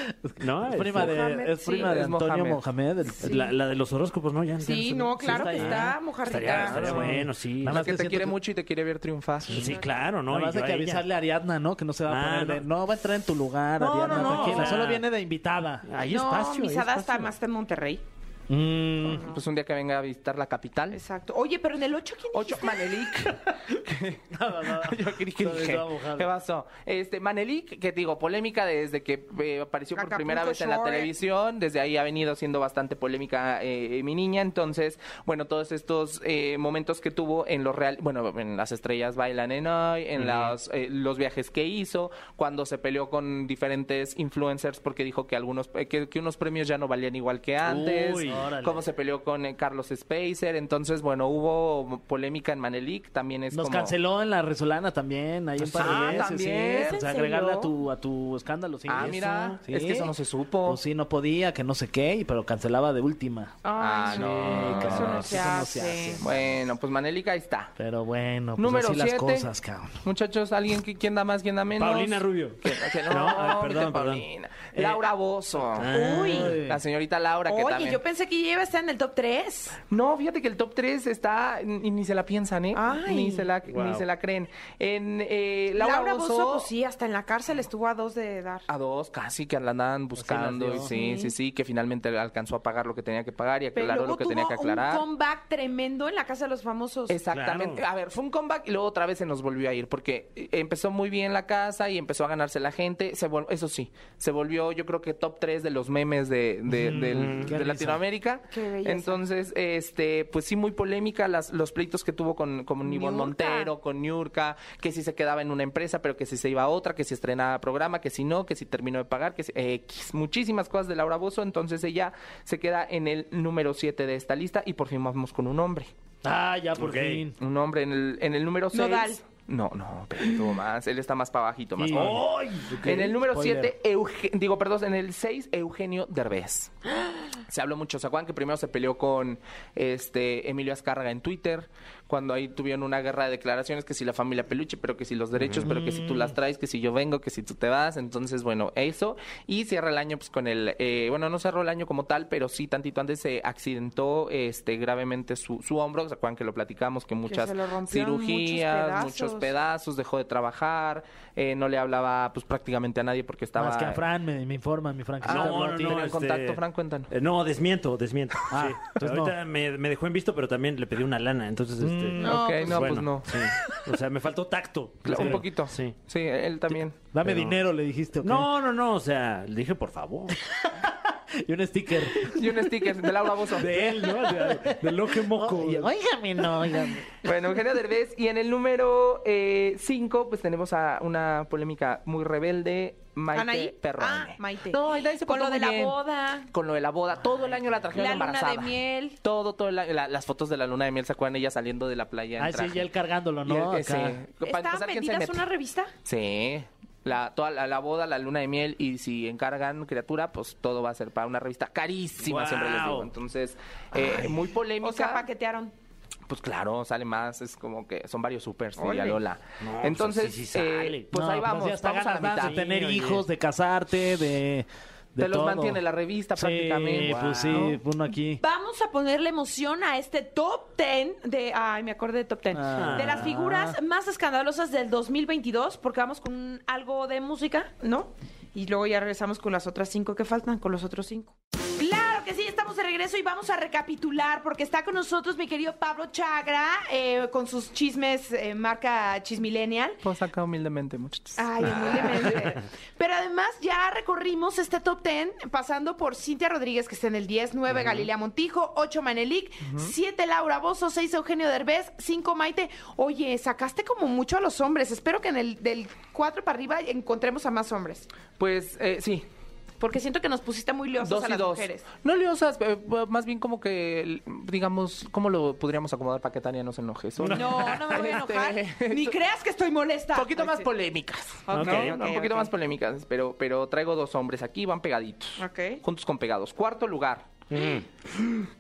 [SPEAKER 4] No,
[SPEAKER 3] Ah, Es prima
[SPEAKER 2] Mohamed,
[SPEAKER 3] de, es
[SPEAKER 2] sí,
[SPEAKER 3] prima de
[SPEAKER 8] es
[SPEAKER 3] Antonio
[SPEAKER 8] Mohamed.
[SPEAKER 3] Mohamed. el-
[SPEAKER 4] Es La, la de los horóscopos, ¿no? Ya, ya
[SPEAKER 2] Sí,
[SPEAKER 4] sé.
[SPEAKER 2] no, claro que
[SPEAKER 3] ahí.
[SPEAKER 2] está,
[SPEAKER 4] Estaría,
[SPEAKER 2] mojarrita.
[SPEAKER 4] estaría bueno, sí.
[SPEAKER 3] Nada más
[SPEAKER 8] ah, Pues que
[SPEAKER 3] que
[SPEAKER 8] te
[SPEAKER 3] siento
[SPEAKER 8] quiere
[SPEAKER 3] que-
[SPEAKER 8] mucho y te quiere ver triunfar.
[SPEAKER 4] Sí, claro, ¿no?
[SPEAKER 3] Nada
[SPEAKER 4] Y
[SPEAKER 3] más
[SPEAKER 4] yo
[SPEAKER 3] hay que
[SPEAKER 4] a ella.
[SPEAKER 3] avisarle a Ariadna, ¿no? Que no se va
[SPEAKER 4] Ah,
[SPEAKER 3] a poner de-
[SPEAKER 4] no.
[SPEAKER 3] no. va a entrar en tu lugar,
[SPEAKER 4] No,
[SPEAKER 3] Ariadna,
[SPEAKER 4] no, no,
[SPEAKER 3] tranquila.
[SPEAKER 4] o sea-
[SPEAKER 3] Solo viene de invitada.
[SPEAKER 4] Hay
[SPEAKER 2] no,
[SPEAKER 4] espacio. hay
[SPEAKER 2] mi Sada está
[SPEAKER 4] espacio.
[SPEAKER 2] más está en Monterrey.
[SPEAKER 8] [laughs]
[SPEAKER 3] Mm,
[SPEAKER 8] Pues un día que venga a visitar la capital.
[SPEAKER 2] Exacto. Oye, pero en el 8, ¿quién
[SPEAKER 8] 8,
[SPEAKER 2] dijiste?
[SPEAKER 8] Manelik.
[SPEAKER 3] nada, nada.
[SPEAKER 8] [laughs] Yo creí que
[SPEAKER 3] Todo
[SPEAKER 8] dije,
[SPEAKER 3] estaba mojado.
[SPEAKER 8] ¿qué pasó? Este, Manelik, que digo, polémica desde que eh, apareció por
[SPEAKER 2] Acapulco
[SPEAKER 8] primera vez en la
[SPEAKER 2] Shore.
[SPEAKER 8] televisión, desde ahí ha venido siendo bastante polémica eh, mi niña, entonces, bueno, todos estos eh, momentos que tuvo en los real, bueno, en las estrellas bailan en hoy, en las, eh, los viajes que hizo, cuando se peleó con diferentes influencers porque dijo que algunos, eh, que, que unos premios ya no valían igual que antes,
[SPEAKER 4] Uy, órale.
[SPEAKER 8] cómo se peleó con eh, Carlos Spacer, entonces, bueno, hubo polémica en Manelik, también es
[SPEAKER 3] Nos
[SPEAKER 8] como...
[SPEAKER 3] canceló en la Resolana también, ahí en par
[SPEAKER 8] Ah,
[SPEAKER 3] de veces,
[SPEAKER 8] ¿también?
[SPEAKER 3] sí. O
[SPEAKER 8] ¿En
[SPEAKER 3] sea, agregarle
[SPEAKER 8] serio?
[SPEAKER 3] a tu, a tu escándalo. sí,
[SPEAKER 8] Ah,
[SPEAKER 3] eso.
[SPEAKER 8] mira,
[SPEAKER 3] Sí.
[SPEAKER 8] es que eso no se supo.
[SPEAKER 3] Pues sí, no podía, que no sé qué, y- pero cancelaba de última.
[SPEAKER 2] Ay,
[SPEAKER 8] Ah, no.
[SPEAKER 2] que eso no,
[SPEAKER 3] eso
[SPEAKER 2] se,
[SPEAKER 3] no
[SPEAKER 2] hace.
[SPEAKER 3] se hace.
[SPEAKER 8] Bueno, pues Manélica ahí está.
[SPEAKER 3] Pero bueno, pues
[SPEAKER 8] Número
[SPEAKER 3] así
[SPEAKER 8] 7.
[SPEAKER 3] las cosas, cabrón.
[SPEAKER 8] Muchachos, alguien que quién da más, quién da menos.
[SPEAKER 4] Paulina Rubio.
[SPEAKER 8] Que-
[SPEAKER 3] [laughs]
[SPEAKER 8] que no,
[SPEAKER 4] No, ah,
[SPEAKER 8] hombre,
[SPEAKER 4] perdón, perdón.
[SPEAKER 8] Paulina.
[SPEAKER 3] Eh,
[SPEAKER 8] Laura Bozo.
[SPEAKER 2] Uy.
[SPEAKER 8] La señorita Laura que
[SPEAKER 2] Oye,
[SPEAKER 8] también.
[SPEAKER 2] yo pensé que ella iba a estar en el top 3.
[SPEAKER 8] No, fíjate que el top 3 está y ni se la piensan, ¿eh?
[SPEAKER 2] Ay.
[SPEAKER 8] Ni se la ni
[SPEAKER 4] Wow.
[SPEAKER 8] se la creen. En eh,
[SPEAKER 2] Laura,
[SPEAKER 8] Laura, Ah,
[SPEAKER 2] Bozzo, pues sí, hasta en la cárcel estuvo a dos de dar.
[SPEAKER 8] a dos casi que la andaban
[SPEAKER 3] Pues
[SPEAKER 8] buscando y sí, sí, sí, que finalmente alcanzó a pagar lo que tenía que pagar y
[SPEAKER 2] Pero
[SPEAKER 8] aclaró
[SPEAKER 2] luego
[SPEAKER 8] lo que
[SPEAKER 2] tuvo
[SPEAKER 8] tenía que aclarar.
[SPEAKER 2] un comeback tremendo en la casa de los famosos.
[SPEAKER 8] Exactamente.
[SPEAKER 4] Claro.
[SPEAKER 8] A ver, fue un comeback y luego otra vez se nos volvió a ir porque eh, empezó muy bien la casa y empezó a ganarse la gente. Se vol- eso sí, se volvió yo creo que top 3 de los memes de, de- del- de Latinoamérica.
[SPEAKER 2] Qué belleza.
[SPEAKER 8] Entonces, este, pues sí, muy polémica las, los pleitos que tuvo con, con Ivonne
[SPEAKER 2] Niurka.
[SPEAKER 8] Montero, con Niurka, que si se quedaba en una empresa, pero que si se iba a otra, que si estrenaba programa, que si no, que si terminó de pagar, que si, X, muchísimas cosas de Laura Bozo. Entonces ella se queda en el número 7 de esta lista y por fin vamos con un hombre.
[SPEAKER 3] Ah, ya por
[SPEAKER 4] Ok.
[SPEAKER 3] fin.
[SPEAKER 8] Un hombre en el, en el número 6.
[SPEAKER 2] Nodal.
[SPEAKER 8] No, no, pero tuvo más. Él está más para bajito, más.
[SPEAKER 3] Sí.
[SPEAKER 8] para abajo.
[SPEAKER 4] ¡Ay!
[SPEAKER 8] En el número
[SPEAKER 3] Spoiler.
[SPEAKER 8] 7, digo, perdón, en el 6, Eugenio Derbez. Se habló mucho, ¿se acuerdan que primero se peleó con este Emilio Azcárraga en Twitter? Cuando ahí tuvieron una guerra de declaraciones que si la familia peluche, pero que si los derechos, pero que si
[SPEAKER 2] Mm.
[SPEAKER 8] tú las traes, que si yo vengo, que si tú te vas. Entonces, bueno, eso. Y cierra el año pues con el... eh, bueno, no cerró el año como tal, pero sí tantito antes se accidentó este gravemente su, su hombro. ¿Se acuerdan que lo platicamos? Que muchas
[SPEAKER 2] se lo rompieron muchos
[SPEAKER 8] cirugías, muchos
[SPEAKER 2] pedazos.
[SPEAKER 8] pedazos, dejó de trabajar, eh, no le hablaba pues prácticamente a nadie porque estaba...
[SPEAKER 3] Más que a Fran, me, me informa, mi Fran. que
[SPEAKER 8] Ah,
[SPEAKER 3] sí te
[SPEAKER 8] no,
[SPEAKER 3] habló a
[SPEAKER 8] no,
[SPEAKER 3] ti.
[SPEAKER 8] no, en contacto, Fran, cuéntanos.
[SPEAKER 4] este, eh, no, desmiento, desmiento.
[SPEAKER 3] Ah,
[SPEAKER 4] sí.
[SPEAKER 3] entonces
[SPEAKER 4] Ahorita me, me dejó en visto, pero también le pedí una lana, entonces este.
[SPEAKER 8] ok, no, pues
[SPEAKER 4] bueno,
[SPEAKER 8] no.
[SPEAKER 4] sí. O sea, me faltó tacto.
[SPEAKER 8] Cla-
[SPEAKER 4] Sí.
[SPEAKER 8] Un poquito. Sí.
[SPEAKER 4] Sí.
[SPEAKER 8] él también.
[SPEAKER 3] Dame
[SPEAKER 4] Pero-
[SPEAKER 3] dinero, le dijiste. ¿o qué?
[SPEAKER 4] No, no, no, o sea, le dije por favor.
[SPEAKER 3] Y un sticker.
[SPEAKER 8] Y un sticker de Laura
[SPEAKER 2] [laughs]
[SPEAKER 8] Bozo.
[SPEAKER 4] De él, ¿no? De, de lo que moco.
[SPEAKER 3] Óigame, no, [laughs] óigame.
[SPEAKER 8] Bueno, Eugenio Derbez. Y en el número 5, pues tenemos a una polémica muy rebelde, Maite
[SPEAKER 2] ¿Anaí?
[SPEAKER 8] Perrone.
[SPEAKER 2] Ah, Maite.
[SPEAKER 8] No, Anaí se
[SPEAKER 2] Con
[SPEAKER 8] portó
[SPEAKER 2] lo de
[SPEAKER 8] muy
[SPEAKER 2] la
[SPEAKER 8] bien.
[SPEAKER 2] boda.
[SPEAKER 8] Con lo de la boda. Todo el año la trajeron
[SPEAKER 2] La luna
[SPEAKER 8] embarazada.
[SPEAKER 2] de miel.
[SPEAKER 8] Todo, todo. el año. La- las fotos de la luna de miel, ¿se acuerdan? Ella saliendo de la playa en
[SPEAKER 3] Ah, sí,
[SPEAKER 8] traje.
[SPEAKER 3] y él cargándolo,
[SPEAKER 8] Y
[SPEAKER 3] ¿no?
[SPEAKER 8] él-
[SPEAKER 3] Acá.
[SPEAKER 8] eh, sí. Para
[SPEAKER 2] ¿Estaban
[SPEAKER 8] empezar, ¿quién se
[SPEAKER 2] vendidas
[SPEAKER 8] mete?
[SPEAKER 2] una revista?
[SPEAKER 8] Sí. La, toda la, la boda, la luna de miel y si encargan criatura, pues todo va a ser para una revista carísima,
[SPEAKER 4] Guau.
[SPEAKER 8] siempre les digo. Entonces, eh, muy polémica.
[SPEAKER 2] O sea, paquetearon.
[SPEAKER 8] Pues claro, sale más, es como que son varios supers, sí,
[SPEAKER 2] Ole.
[SPEAKER 8] a Lola.
[SPEAKER 4] No, pues
[SPEAKER 8] Entonces,
[SPEAKER 4] así sí
[SPEAKER 8] eh,
[SPEAKER 4] sale.
[SPEAKER 8] pues
[SPEAKER 3] No,
[SPEAKER 8] ahí vamos,
[SPEAKER 3] sí, hasta
[SPEAKER 8] vamos a la
[SPEAKER 3] ganas dan
[SPEAKER 8] mitad.
[SPEAKER 3] de tener
[SPEAKER 4] Sí, oye.
[SPEAKER 3] hijos, de casarte, de, de
[SPEAKER 8] Te los
[SPEAKER 3] todo.
[SPEAKER 8] mantiene la revista prácticamente.
[SPEAKER 3] Sí, pues sí, uno aquí.
[SPEAKER 2] Vamos a ponerle emoción a este top 10 de. Ay, me acordé de top 10.
[SPEAKER 3] Ah.
[SPEAKER 2] De las figuras más escandalosas del 2022, porque vamos con un- algo de música, ¿no? Y luego ya regresamos con las otras cinco que faltan, con los otros cinco. ¡Claro que sí! Estamos Estamos de regreso y vamos a recapitular porque está con nosotros mi querido Pablo Chagra eh, con sus chismes eh, marca Chismillennial.
[SPEAKER 8] Pues acá humildemente, muchachos.
[SPEAKER 2] Ay, humildemente.
[SPEAKER 8] [laughs]
[SPEAKER 2] Pero además ya recorrimos este top 10 pasando por Cintia Rodríguez, que está en el 10, 9 Galilea Montijo, 8 Manelik, 7 Laura Bozo, 6 Eugenio Derbez, 5 Maite. Oye, sacaste como mucho a los hombres. Espero que en el del 4 para arriba encontremos a más hombres.
[SPEAKER 8] Pues eh, sí,
[SPEAKER 2] Porque siento que nos pusiste muy liosos
[SPEAKER 8] dos
[SPEAKER 2] a
[SPEAKER 8] y
[SPEAKER 2] las
[SPEAKER 8] dos.
[SPEAKER 2] mujeres.
[SPEAKER 8] No liosas, eh, más bien como que, digamos, ¿cómo lo podríamos acomodar para que Tania no se enoje? Son-
[SPEAKER 2] No, no me voy a enojar.
[SPEAKER 8] [laughs] Este,
[SPEAKER 2] Ni creas que estoy molesta.
[SPEAKER 8] Un poquito más polémicas. ¿no?
[SPEAKER 2] Ok,
[SPEAKER 8] Un
[SPEAKER 2] ok,
[SPEAKER 8] poquito
[SPEAKER 2] ok.
[SPEAKER 8] más polémicas, pero, pero traigo dos hombres aquí, van pegaditos.
[SPEAKER 2] Ok. Mm.
[SPEAKER 8] Juntos con pegados. Cuarto lugar,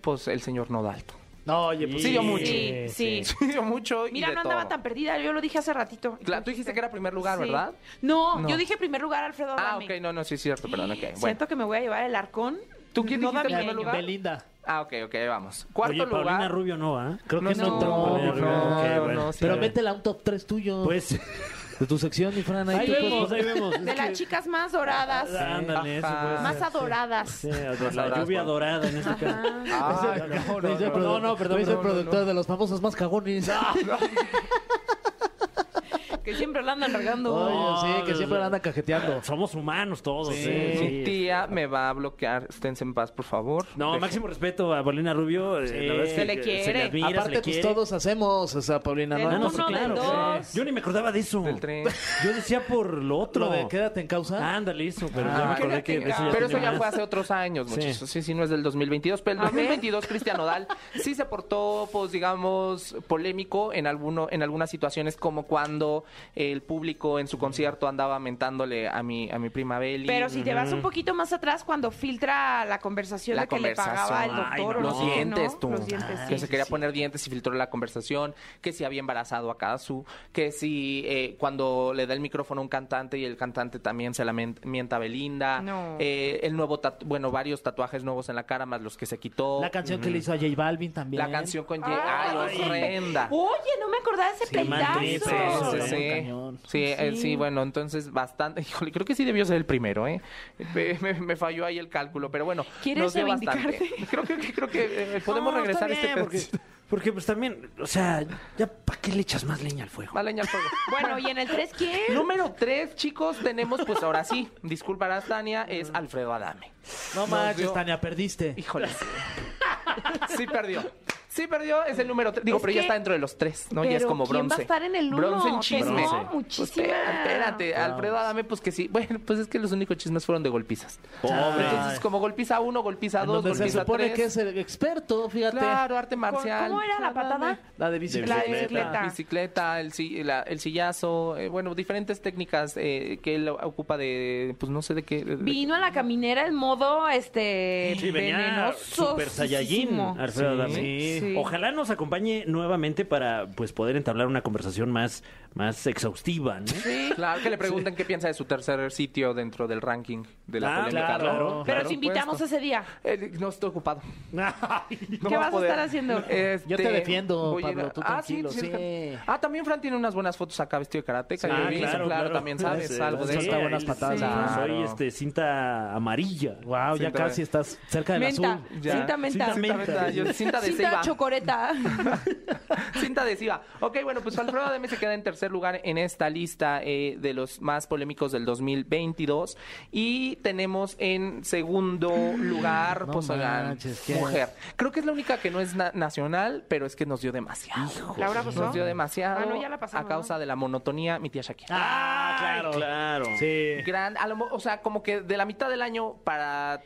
[SPEAKER 8] pues el señor Nodalto.
[SPEAKER 6] No, oye, pues
[SPEAKER 8] Sí, yo mucho.
[SPEAKER 2] Sí, sí.
[SPEAKER 8] [laughs] Sí, dio mucho. y
[SPEAKER 2] Mira,
[SPEAKER 8] de
[SPEAKER 2] no andaba
[SPEAKER 8] todo.
[SPEAKER 2] tan perdida, yo lo dije hace ratito.
[SPEAKER 8] Claro, tú dijiste que era primer lugar,
[SPEAKER 2] Sí.
[SPEAKER 8] ¿verdad?
[SPEAKER 2] No,
[SPEAKER 8] No.
[SPEAKER 2] yo dije primer lugar Alfredo
[SPEAKER 8] Ah,
[SPEAKER 2] Adame.
[SPEAKER 8] ok, no, no, sí, es cierto, perdón, ok. Bueno.
[SPEAKER 2] Siento que me voy a llevar el arcón.
[SPEAKER 8] ¿Tú quién dijiste en
[SPEAKER 2] Damián.
[SPEAKER 8] primer lugar?
[SPEAKER 6] Belinda.
[SPEAKER 8] Ah, ok, ok, vamos. Cuarto
[SPEAKER 4] Oye,
[SPEAKER 8] lugar.
[SPEAKER 4] Paulina Rubio no, ¿ah?
[SPEAKER 6] Creo que no,
[SPEAKER 2] no,
[SPEAKER 6] entró.
[SPEAKER 8] No,
[SPEAKER 4] Paulina Rubio,
[SPEAKER 8] no,
[SPEAKER 4] ok,
[SPEAKER 8] no,
[SPEAKER 4] bueno.
[SPEAKER 8] sí,
[SPEAKER 3] Pero
[SPEAKER 8] no.
[SPEAKER 3] métele a un top 3 tuyo.
[SPEAKER 4] Pues
[SPEAKER 3] De tu sección, mi Fran.
[SPEAKER 4] ahí
[SPEAKER 3] tú puedes
[SPEAKER 4] vemos,
[SPEAKER 3] poner-
[SPEAKER 4] ahí vemos.
[SPEAKER 2] De
[SPEAKER 4] Es
[SPEAKER 2] las
[SPEAKER 4] que-
[SPEAKER 2] chicas más doradas,
[SPEAKER 4] [laughs] Ándale, eso
[SPEAKER 8] Ajá.
[SPEAKER 4] puede ser.
[SPEAKER 2] más adoradas.
[SPEAKER 4] Sí, de la lluvia dorada en este caso.
[SPEAKER 8] Ay, no, no,
[SPEAKER 3] Me hizo el
[SPEAKER 8] no,
[SPEAKER 3] produ-
[SPEAKER 8] no, no, perdón.
[SPEAKER 3] me hizo el
[SPEAKER 8] no, no,
[SPEAKER 3] productor de los famosos más cagones.
[SPEAKER 2] Que siempre la andan regando.
[SPEAKER 3] Oye, sí, que siempre la anda cajeteando.
[SPEAKER 4] Somos humanos todos. [laughs] Sí,
[SPEAKER 8] no. Mi
[SPEAKER 4] sí.
[SPEAKER 8] tía me va a bloquear. Esténse en paz, por favor.
[SPEAKER 4] No,
[SPEAKER 8] Deje-
[SPEAKER 4] máximo respeto a Paulina Rubio. eh, la verdad es que
[SPEAKER 2] Se le quiere.
[SPEAKER 4] admira, se
[SPEAKER 3] Aparte,
[SPEAKER 4] le
[SPEAKER 3] pues
[SPEAKER 4] quiere.
[SPEAKER 3] todos hacemos, o sea, Paulina,
[SPEAKER 2] Del
[SPEAKER 3] ¿no?
[SPEAKER 4] Ah, no, sí,
[SPEAKER 2] Uno, del
[SPEAKER 4] claro.
[SPEAKER 2] dos.
[SPEAKER 4] sí. Yo ni me acordaba de eso.
[SPEAKER 8] Del tren.
[SPEAKER 4] Yo decía por lo otro.
[SPEAKER 3] Lo de quédate en causa.
[SPEAKER 4] Ándale, eso. Pero
[SPEAKER 8] Ah,
[SPEAKER 4] ya me acordé
[SPEAKER 2] quédate
[SPEAKER 4] que
[SPEAKER 2] en
[SPEAKER 4] de eso ya
[SPEAKER 8] Pero eso
[SPEAKER 4] tiene
[SPEAKER 8] ya
[SPEAKER 4] más.
[SPEAKER 8] fue hace otros años,
[SPEAKER 4] Sí.
[SPEAKER 8] muchachos. Sí, sí, no es del 2022. Pero el 2022, Cristian Nodal sí se portó, pues, digamos, polémico en alguno, en algunas situaciones, como cuando el público en su concierto andaba mentándole a mi, a mi prima Beli.
[SPEAKER 2] Pero si te vas un poquito más atrás, cuando filtra la conversación
[SPEAKER 8] La
[SPEAKER 2] de que le pagaba el
[SPEAKER 8] conversación.
[SPEAKER 4] Ay,
[SPEAKER 2] doctor o
[SPEAKER 4] no.
[SPEAKER 2] no
[SPEAKER 8] los
[SPEAKER 2] sé qué, ¿no?
[SPEAKER 8] dientes, tú.
[SPEAKER 2] Los dientes,
[SPEAKER 8] Ah,
[SPEAKER 2] sí.
[SPEAKER 8] que se quería poner dientes y filtró la conversación, que si había embarazado a Kazu, que si eh, cuando le da el micrófono a un cantante y el cantante también se la men- mienta a Belinda,
[SPEAKER 2] No.
[SPEAKER 8] eh, el nuevo, tatu- bueno, varios tatuajes nuevos en la cara, más los que se quitó,
[SPEAKER 3] La
[SPEAKER 8] la,
[SPEAKER 3] canción que le hizo a J Balvin también.
[SPEAKER 8] canción con... Ye-
[SPEAKER 2] Ay,
[SPEAKER 8] ¡Ay,
[SPEAKER 2] sí.
[SPEAKER 8] horrenda!
[SPEAKER 2] Ah, Oye, no me acordaba de ese
[SPEAKER 4] mal
[SPEAKER 2] pedazo.
[SPEAKER 8] Sí, sí,
[SPEAKER 4] Eso,
[SPEAKER 8] sí,
[SPEAKER 4] ¿no?
[SPEAKER 8] sí.
[SPEAKER 3] Cañón.
[SPEAKER 8] Sí, eh, sí, bueno, entonces bastante. Híjole, creo que sí debió ser el primero, ¿eh? Me, me- me falló ahí el cálculo, pero bueno.
[SPEAKER 2] ¿Quieres
[SPEAKER 8] nos dio bastante.
[SPEAKER 2] reivindicarte?
[SPEAKER 8] Creo que, creo que eh,
[SPEAKER 4] [laughs]
[SPEAKER 8] podemos
[SPEAKER 4] No,
[SPEAKER 8] regresar
[SPEAKER 4] está
[SPEAKER 8] este
[SPEAKER 4] bien, porque, porque, pues también, o sea, ya ¿para qué le echas más leña al fuego?
[SPEAKER 8] Más leña al fuego.
[SPEAKER 2] Bueno, ¿y en el 3 quién?
[SPEAKER 8] Número tres, chicos, tenemos, pues ahora sí, disculparás, Tania, es Alfredo Adame.
[SPEAKER 3] No manches,
[SPEAKER 8] dio-
[SPEAKER 3] Tania, perdiste.
[SPEAKER 2] [laughs]
[SPEAKER 8] Híjole. sí. Sí perdió. Sí perdió, es el número tres. Digo,
[SPEAKER 2] Es
[SPEAKER 8] pero
[SPEAKER 2] que-
[SPEAKER 8] ya está dentro de los tres, ¿no? Ya es
[SPEAKER 2] Pero
[SPEAKER 8] como
[SPEAKER 2] ¿quién va a
[SPEAKER 8] bronce.
[SPEAKER 2] estar en el uno?
[SPEAKER 8] Bronce en
[SPEAKER 2] Te
[SPEAKER 8] chisme.
[SPEAKER 2] dio
[SPEAKER 8] Pues,
[SPEAKER 2] muchísima.
[SPEAKER 8] espérate, Alfredo Adame, pues que sí. Bueno, pues es que los únicos chismes fueron de golpizas. Entonces, como golpiza uno, golpiza dos,
[SPEAKER 3] Donde Ah, se
[SPEAKER 8] golpiza
[SPEAKER 3] supone
[SPEAKER 8] tres.
[SPEAKER 3] que es el experto, fíjate.
[SPEAKER 8] Claro, arte marcial.
[SPEAKER 2] ¿Cómo era la patada?
[SPEAKER 3] La de bicicleta.
[SPEAKER 2] La de bicicleta.
[SPEAKER 8] bicicleta, el, si- la- el sillazo, eh, bueno, diferentes técnicas eh, que él ocupa de, pues no sé de qué. de- de-
[SPEAKER 2] Vino a la caminera en modo este
[SPEAKER 4] Sí, venía
[SPEAKER 2] venenoso.
[SPEAKER 4] super Saiyajin, Alfredo Adame.
[SPEAKER 2] Sí.
[SPEAKER 4] Ojalá nos acompañe nuevamente para pues poder entablar una conversación más, más exhaustiva, ¿no?
[SPEAKER 8] Claro, que le pregunten qué piensa de su tercer sitio dentro del ranking de la
[SPEAKER 4] Ah,
[SPEAKER 8] polémica.
[SPEAKER 4] claro,
[SPEAKER 8] ¿no?
[SPEAKER 4] claro.
[SPEAKER 2] Pero te invitamos ese día.
[SPEAKER 8] Eh, no estoy ocupado. No
[SPEAKER 2] ¿Qué
[SPEAKER 8] voy
[SPEAKER 2] vas a
[SPEAKER 8] poder.
[SPEAKER 2] estar haciendo?
[SPEAKER 8] Este,
[SPEAKER 3] Yo te defiendo,
[SPEAKER 8] voy a ir a-
[SPEAKER 3] Pablo, tú
[SPEAKER 8] Ah, sí,
[SPEAKER 3] tranquilo,
[SPEAKER 8] sí.
[SPEAKER 3] sí.
[SPEAKER 8] Ah, también Fran tiene unas buenas fotos acá vestido de karateca. yo vi, claro, también sabes
[SPEAKER 4] Sí,
[SPEAKER 8] algo de
[SPEAKER 4] sí,
[SPEAKER 8] eso.
[SPEAKER 3] está buenas
[SPEAKER 4] él-
[SPEAKER 3] patadas.
[SPEAKER 4] sí,
[SPEAKER 8] Claro.
[SPEAKER 4] Soy este, cinta amarilla.
[SPEAKER 3] Wow, Ah, ya
[SPEAKER 8] Siento-
[SPEAKER 3] casi estás cerca del
[SPEAKER 2] Menta,
[SPEAKER 3] azul.
[SPEAKER 8] Ya.
[SPEAKER 2] cinta menta.
[SPEAKER 8] Cinta menta, yo- cinta de
[SPEAKER 2] Cinta
[SPEAKER 8] ceiba.
[SPEAKER 2] chocoreta.
[SPEAKER 8] [laughs] Cinta adhesiva. Ok, bueno, pues Alfredo Adame se queda en tercer lugar en esta lista eh, de los más polémicos del 2022. Y tenemos en segundo lugar,
[SPEAKER 3] No
[SPEAKER 8] pues, a la
[SPEAKER 3] manches, qué-
[SPEAKER 8] mujer. Creo que es la única que no es na- nacional, pero es que nos dio demasiado.
[SPEAKER 2] ¿Laura pasó?
[SPEAKER 8] Nos dio demasiado
[SPEAKER 2] Ah, no, ya la pasamos,
[SPEAKER 8] a causa de la monotonía, mi tía Shakira.
[SPEAKER 3] Ah,
[SPEAKER 4] Ay, claro.
[SPEAKER 3] Sí.
[SPEAKER 8] Gran, a lo mo- o sea, como que de la mitad del año para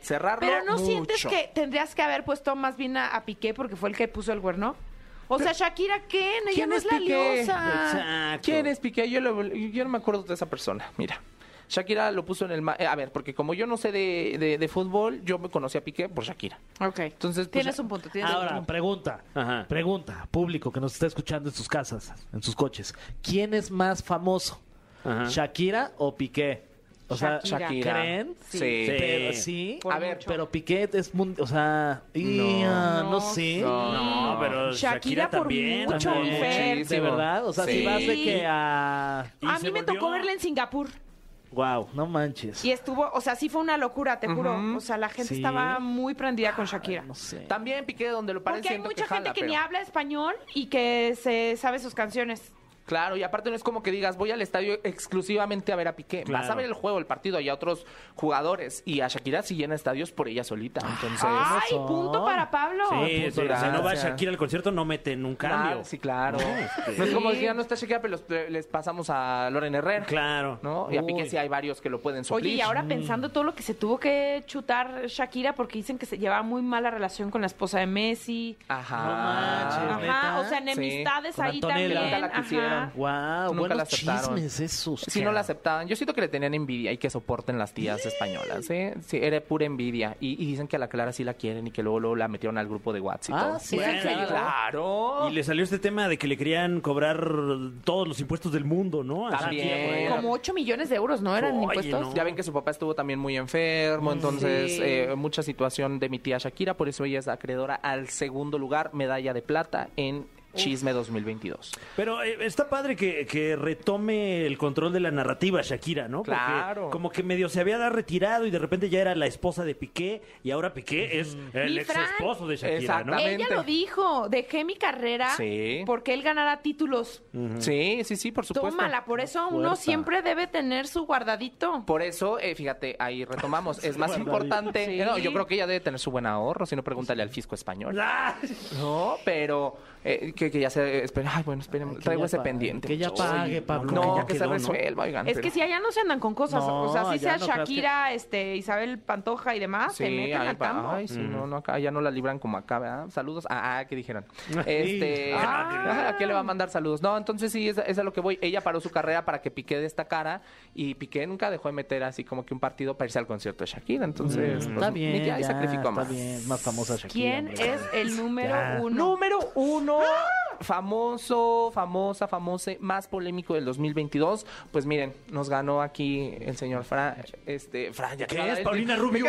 [SPEAKER 2] [laughs]
[SPEAKER 8] cerrarlo.
[SPEAKER 2] Pero no
[SPEAKER 8] mucho.
[SPEAKER 2] sientes que tendrías que haber puesto más bien a, a Piqué porque fue el que puso el cuerno. O sea, Shakira, ¿qué? Ella
[SPEAKER 8] ¿Quién
[SPEAKER 2] no es
[SPEAKER 8] es
[SPEAKER 2] la
[SPEAKER 8] Piqué?
[SPEAKER 2] liosa.
[SPEAKER 4] Exacto.
[SPEAKER 8] ¿Quién es Piqué? Yo, lo- yo no me acuerdo de esa persona. Mira. Shakira lo puso en el... ma- eh, a ver, porque como yo no sé de, de- de fútbol, yo me conocí a Piqué por Shakira.
[SPEAKER 2] Ok.
[SPEAKER 8] Entonces, pues,
[SPEAKER 2] tienes un punto. Tienes un
[SPEAKER 3] Ahora,
[SPEAKER 2] punto.
[SPEAKER 3] pregunta.
[SPEAKER 4] Ajá.
[SPEAKER 3] Pregunta, público que nos está escuchando en sus casas, en sus coches. ¿Quién es más famoso?
[SPEAKER 4] Ajá.
[SPEAKER 3] ¿Shakira o Piqué? O sea,
[SPEAKER 2] Shakira.
[SPEAKER 8] Shakira.
[SPEAKER 3] ¿creen?
[SPEAKER 8] Sí.
[SPEAKER 4] Sí.
[SPEAKER 3] Pero sí.
[SPEAKER 2] Por
[SPEAKER 8] A ver,
[SPEAKER 2] mucho.
[SPEAKER 3] Pero Piqué es... mun- O sea, y, ah, no,
[SPEAKER 2] No,
[SPEAKER 3] sé.
[SPEAKER 4] No,
[SPEAKER 8] No.
[SPEAKER 4] pero
[SPEAKER 2] Shakira
[SPEAKER 4] Shakira,
[SPEAKER 2] por
[SPEAKER 4] también.
[SPEAKER 2] mucho,
[SPEAKER 4] también.
[SPEAKER 2] Fer.
[SPEAKER 3] De verdad, o sea,
[SPEAKER 8] Sí.
[SPEAKER 3] si vas de que a...
[SPEAKER 4] Y
[SPEAKER 2] a
[SPEAKER 4] se
[SPEAKER 2] mí me
[SPEAKER 4] volvió-
[SPEAKER 2] tocó verla en Singapur.
[SPEAKER 4] Y Wow, no manches.
[SPEAKER 2] Y estuvo, o sea, sí fue una locura, te juro.
[SPEAKER 8] Ujú.
[SPEAKER 2] O sea, la gente
[SPEAKER 4] Sí.
[SPEAKER 2] estaba muy prendida con Shakira.
[SPEAKER 3] No sé.
[SPEAKER 8] También Piqué, donde lo parece
[SPEAKER 2] Porque hay
[SPEAKER 8] siento
[SPEAKER 2] mucha
[SPEAKER 8] jala,
[SPEAKER 2] gente que
[SPEAKER 8] pero-
[SPEAKER 2] ni habla español y que se sabe sus canciones.
[SPEAKER 8] Claro, y aparte no es como que digas, voy al estadio exclusivamente a ver a Piqué. Vas a ver el juego, el partido y a otros jugadores. Y a Shakira sí llena estadios por ella solita.
[SPEAKER 4] Ah,
[SPEAKER 8] Entonces,
[SPEAKER 2] ¡Ay, punto para Pablo!
[SPEAKER 4] Sí,
[SPEAKER 8] punto,
[SPEAKER 4] sí, si no va
[SPEAKER 8] gracias.
[SPEAKER 4] Shakira al concierto, no mete en un
[SPEAKER 8] claro,
[SPEAKER 4] cambio.
[SPEAKER 8] sí, claro.
[SPEAKER 4] este-
[SPEAKER 8] No es como
[SPEAKER 2] Sí.
[SPEAKER 8] decir, "Ah, no está Shakira, pero los- les pasamos a Loren Herrera.
[SPEAKER 4] Claro.
[SPEAKER 8] ¿no? Y a Piqué
[SPEAKER 4] Uy.
[SPEAKER 8] sí hay varios que lo pueden suplir.
[SPEAKER 2] Oye, y ahora pensando todo lo que se tuvo que chutar Shakira porque dicen que se llevaba muy mala relación con la esposa de Messi.
[SPEAKER 8] Ajá. Ah,
[SPEAKER 3] No manches,
[SPEAKER 2] Ajá,
[SPEAKER 3] ¿neta?
[SPEAKER 2] o sea, enemistades
[SPEAKER 3] Sí, con
[SPEAKER 2] ahí
[SPEAKER 3] Antonella.
[SPEAKER 2] también.
[SPEAKER 8] Nunca la quisieron.
[SPEAKER 2] Ajá.
[SPEAKER 3] Wow,
[SPEAKER 8] Nunca la
[SPEAKER 3] Ah, buenos
[SPEAKER 8] aceptaron.
[SPEAKER 3] chismes esos.
[SPEAKER 8] Si no la aceptaban, yo siento que le tenían envidia y que soporten las tías españolas, ¿eh? Sí, era pura envidia. Y, y dicen que a la Clara sí la quieren y que luego, luego la metieron al grupo de WhatsApp.
[SPEAKER 3] Ah, sí,
[SPEAKER 4] Bueno,
[SPEAKER 3] claro.
[SPEAKER 8] claro.
[SPEAKER 4] Y le salió este tema de que le querían cobrar todos los impuestos del mundo, ¿no? A
[SPEAKER 8] También.
[SPEAKER 4] Shakira por ella.
[SPEAKER 2] Como 8 millones de euros, ¿no eran
[SPEAKER 4] Oye,
[SPEAKER 2] impuestos?
[SPEAKER 4] no.
[SPEAKER 8] Ya ven que su papá estuvo también muy enfermo, entonces
[SPEAKER 2] Sí.
[SPEAKER 8] eh, mucha situación de mi tía Shakira, por eso ella es acreedora al segundo lugar, medalla de plata en Chisme 2022.
[SPEAKER 4] Pero eh, está padre que, que retome el control de la narrativa Shakira, ¿no? Porque
[SPEAKER 8] Claro.
[SPEAKER 4] como que medio se había retirado y de repente ya era la esposa de Piqué y ahora Piqué es el
[SPEAKER 2] Mi
[SPEAKER 4] ex
[SPEAKER 2] Fran.
[SPEAKER 4] esposo de Shakira, ¿no? [laughs]
[SPEAKER 8] Exactamente.
[SPEAKER 2] Ella lo dijo, dejé mi carrera
[SPEAKER 8] Sí.
[SPEAKER 2] porque él ganara títulos.
[SPEAKER 8] Sí, sí, sí, por supuesto.
[SPEAKER 2] Tómala, por eso uno
[SPEAKER 3] Fuerza.
[SPEAKER 2] siempre debe tener su guardadito.
[SPEAKER 8] Por eso, eh, fíjate, ahí retomamos. Es más
[SPEAKER 4] guardadito.
[SPEAKER 8] importante.
[SPEAKER 2] Sí.
[SPEAKER 8] eh, no, yo creo que ella debe tener su buen ahorro, si no, pregúntale al fisco español.
[SPEAKER 4] Ah,
[SPEAKER 8] No, pero eh, que, que ya se. espera, ay, bueno, esperen,
[SPEAKER 3] que
[SPEAKER 8] traigo
[SPEAKER 3] ya
[SPEAKER 8] ese
[SPEAKER 3] pa-
[SPEAKER 8] pendiente.
[SPEAKER 3] que ya
[SPEAKER 8] muchachos.
[SPEAKER 3] pague, Pablo,
[SPEAKER 8] No,
[SPEAKER 4] que
[SPEAKER 8] que,
[SPEAKER 4] ya
[SPEAKER 8] se
[SPEAKER 4] quedó, ¿no?
[SPEAKER 8] resuelva, oigan.
[SPEAKER 2] Es que
[SPEAKER 8] pero-
[SPEAKER 2] si allá no se andan con cosas,
[SPEAKER 3] No,
[SPEAKER 2] o sea, si
[SPEAKER 3] allá
[SPEAKER 2] sea
[SPEAKER 3] no creas
[SPEAKER 2] Shakira, este, Isabel Pantoja y demás,
[SPEAKER 8] Sí,
[SPEAKER 2] se meten
[SPEAKER 8] ay,
[SPEAKER 2] al
[SPEAKER 8] pa-
[SPEAKER 2] tambo.
[SPEAKER 8] ay, sí, no, no, acá ya no la libran como acá, ¿verdad? Saludos. Ah, ah,
[SPEAKER 3] [laughs]
[SPEAKER 8] que dijeron. Este,
[SPEAKER 2] Ah.
[SPEAKER 8] ¿A quién le va a mandar saludos? No, entonces sí, es, es a lo que voy. Ella paró su carrera para que Piqué destacara y Piqué nunca dejó de meter así como que un partido para irse al concierto de Shakira. Entonces, pues,
[SPEAKER 3] Mm, Está bien,
[SPEAKER 8] ni que ahí
[SPEAKER 3] ya,
[SPEAKER 8] sacrificó
[SPEAKER 3] está
[SPEAKER 8] más.
[SPEAKER 3] bien, más famosa Shakira.
[SPEAKER 2] ¿Quién
[SPEAKER 3] hombre.
[SPEAKER 2] es el número
[SPEAKER 4] Ya.
[SPEAKER 2] uno?
[SPEAKER 8] Número uno,
[SPEAKER 4] ¡Ah!
[SPEAKER 8] famoso, famosa, famoso, más polémico del 2022. Pues miren, nos ganó aquí el señor Fran. Este, Fran, ya te va a
[SPEAKER 4] ¿Qué
[SPEAKER 8] dar
[SPEAKER 4] es
[SPEAKER 8] el-
[SPEAKER 4] Paulina
[SPEAKER 8] [laughs]
[SPEAKER 4] Rubio?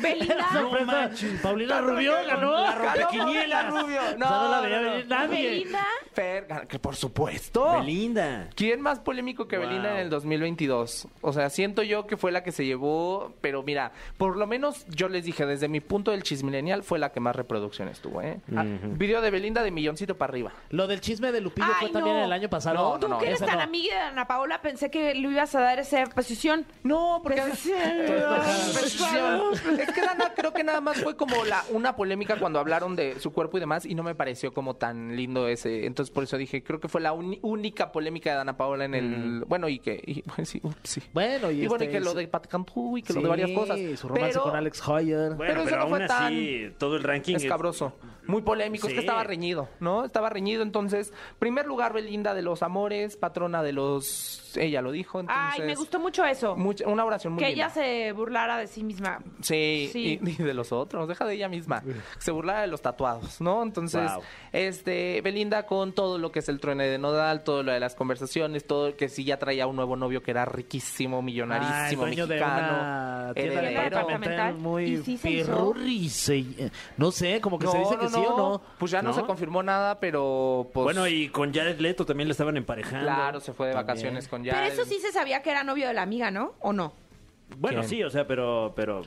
[SPEAKER 2] Belinda.
[SPEAKER 4] No manches. Paulina Rubio ganó
[SPEAKER 8] La
[SPEAKER 4] la
[SPEAKER 8] Rubio,
[SPEAKER 4] rompequinielas.
[SPEAKER 8] la Rubio.
[SPEAKER 4] O sea, no la
[SPEAKER 8] No,
[SPEAKER 4] veía
[SPEAKER 8] no, no.
[SPEAKER 4] venir nadie.
[SPEAKER 2] Belinda.
[SPEAKER 8] Fer, gan- que por supuesto.
[SPEAKER 4] Belinda.
[SPEAKER 8] ¿Quién más polémico que Belinda en el 2022? O sea, siento yo que fue la que se llevó, pero mira, por lo menos yo les dije, desde mi punto del chismilenial fue la que más reproducciones tuvo, ¿eh? Ah, video de Belinda de milloncito para arriba.
[SPEAKER 3] Lo del chisme de Lupillo
[SPEAKER 2] Ay,
[SPEAKER 3] fue también
[SPEAKER 2] no.
[SPEAKER 3] el año pasado.
[SPEAKER 8] No, no,
[SPEAKER 2] Tú
[SPEAKER 8] no,
[SPEAKER 2] que eres
[SPEAKER 3] ese
[SPEAKER 2] tan
[SPEAKER 3] no.
[SPEAKER 2] amiga de Ana Paola, pensé que le ibas a dar esa posición.
[SPEAKER 8] No, porque
[SPEAKER 2] pues, Pesado.
[SPEAKER 8] pues, es que Dana creo que nada más fue como la una polémica cuando hablaron de su cuerpo y demás y no me pareció como tan lindo ese, entonces por eso dije, creo que fue la uni- única polémica de Dana Paola en el bueno y que y- [laughs] bueno, sí, ups, sí.
[SPEAKER 3] Bueno, y,
[SPEAKER 8] Y bueno, y
[SPEAKER 3] este,
[SPEAKER 8] que lo
[SPEAKER 3] su-
[SPEAKER 8] de Pat Cantú y que
[SPEAKER 3] sí,
[SPEAKER 8] lo de varias cosas.
[SPEAKER 3] su romance
[SPEAKER 8] pero
[SPEAKER 3] con Alex Hoyer.
[SPEAKER 4] Bueno,
[SPEAKER 8] Pero
[SPEAKER 4] pero,
[SPEAKER 8] eso no
[SPEAKER 4] aún
[SPEAKER 8] fue tan
[SPEAKER 4] así, todo el ranking es-
[SPEAKER 8] escabroso. Muy polémico, es
[SPEAKER 4] Sí.
[SPEAKER 8] que estaba reñido, ¿no? Estaba reñido, entonces, primer lugar Belinda de los amores, patrona de los ella lo dijo, entonces
[SPEAKER 2] Ay, me gustó mucho eso.
[SPEAKER 8] mucha- una oración muy
[SPEAKER 2] que
[SPEAKER 8] linda.
[SPEAKER 2] ella se burlara de sí misma.
[SPEAKER 8] Sí,
[SPEAKER 2] Sí.
[SPEAKER 8] Y, y de los otros, deja de ella misma. Se burlaba de los tatuados, ¿no? Entonces,
[SPEAKER 4] Wow.
[SPEAKER 8] este, Belinda con todo lo que es el truene de Nodal, todo lo de las conversaciones, todo que sí ya traía un nuevo novio que era riquísimo,
[SPEAKER 3] Ah, el
[SPEAKER 8] millonarísimo,
[SPEAKER 3] dueño de
[SPEAKER 8] mexicano.
[SPEAKER 3] una tienda
[SPEAKER 8] heredero.
[SPEAKER 2] departamento.
[SPEAKER 3] departamental muy
[SPEAKER 2] ¿Y sí se hizo?
[SPEAKER 3] pirurri, se- eh, No sé, como que se dice que sí o no.
[SPEAKER 8] Pues ya no, se confirmó nada, pero pues.
[SPEAKER 4] Bueno, y con Jared Leto también le estaban emparejando.
[SPEAKER 8] Claro, se fue de vacaciones con ya.
[SPEAKER 2] Pero eso sí se sabía que era novio de la amiga, ¿no? ¿O no?
[SPEAKER 4] Bueno,
[SPEAKER 3] ¿Quién?
[SPEAKER 4] sí, o sea, pero... pero...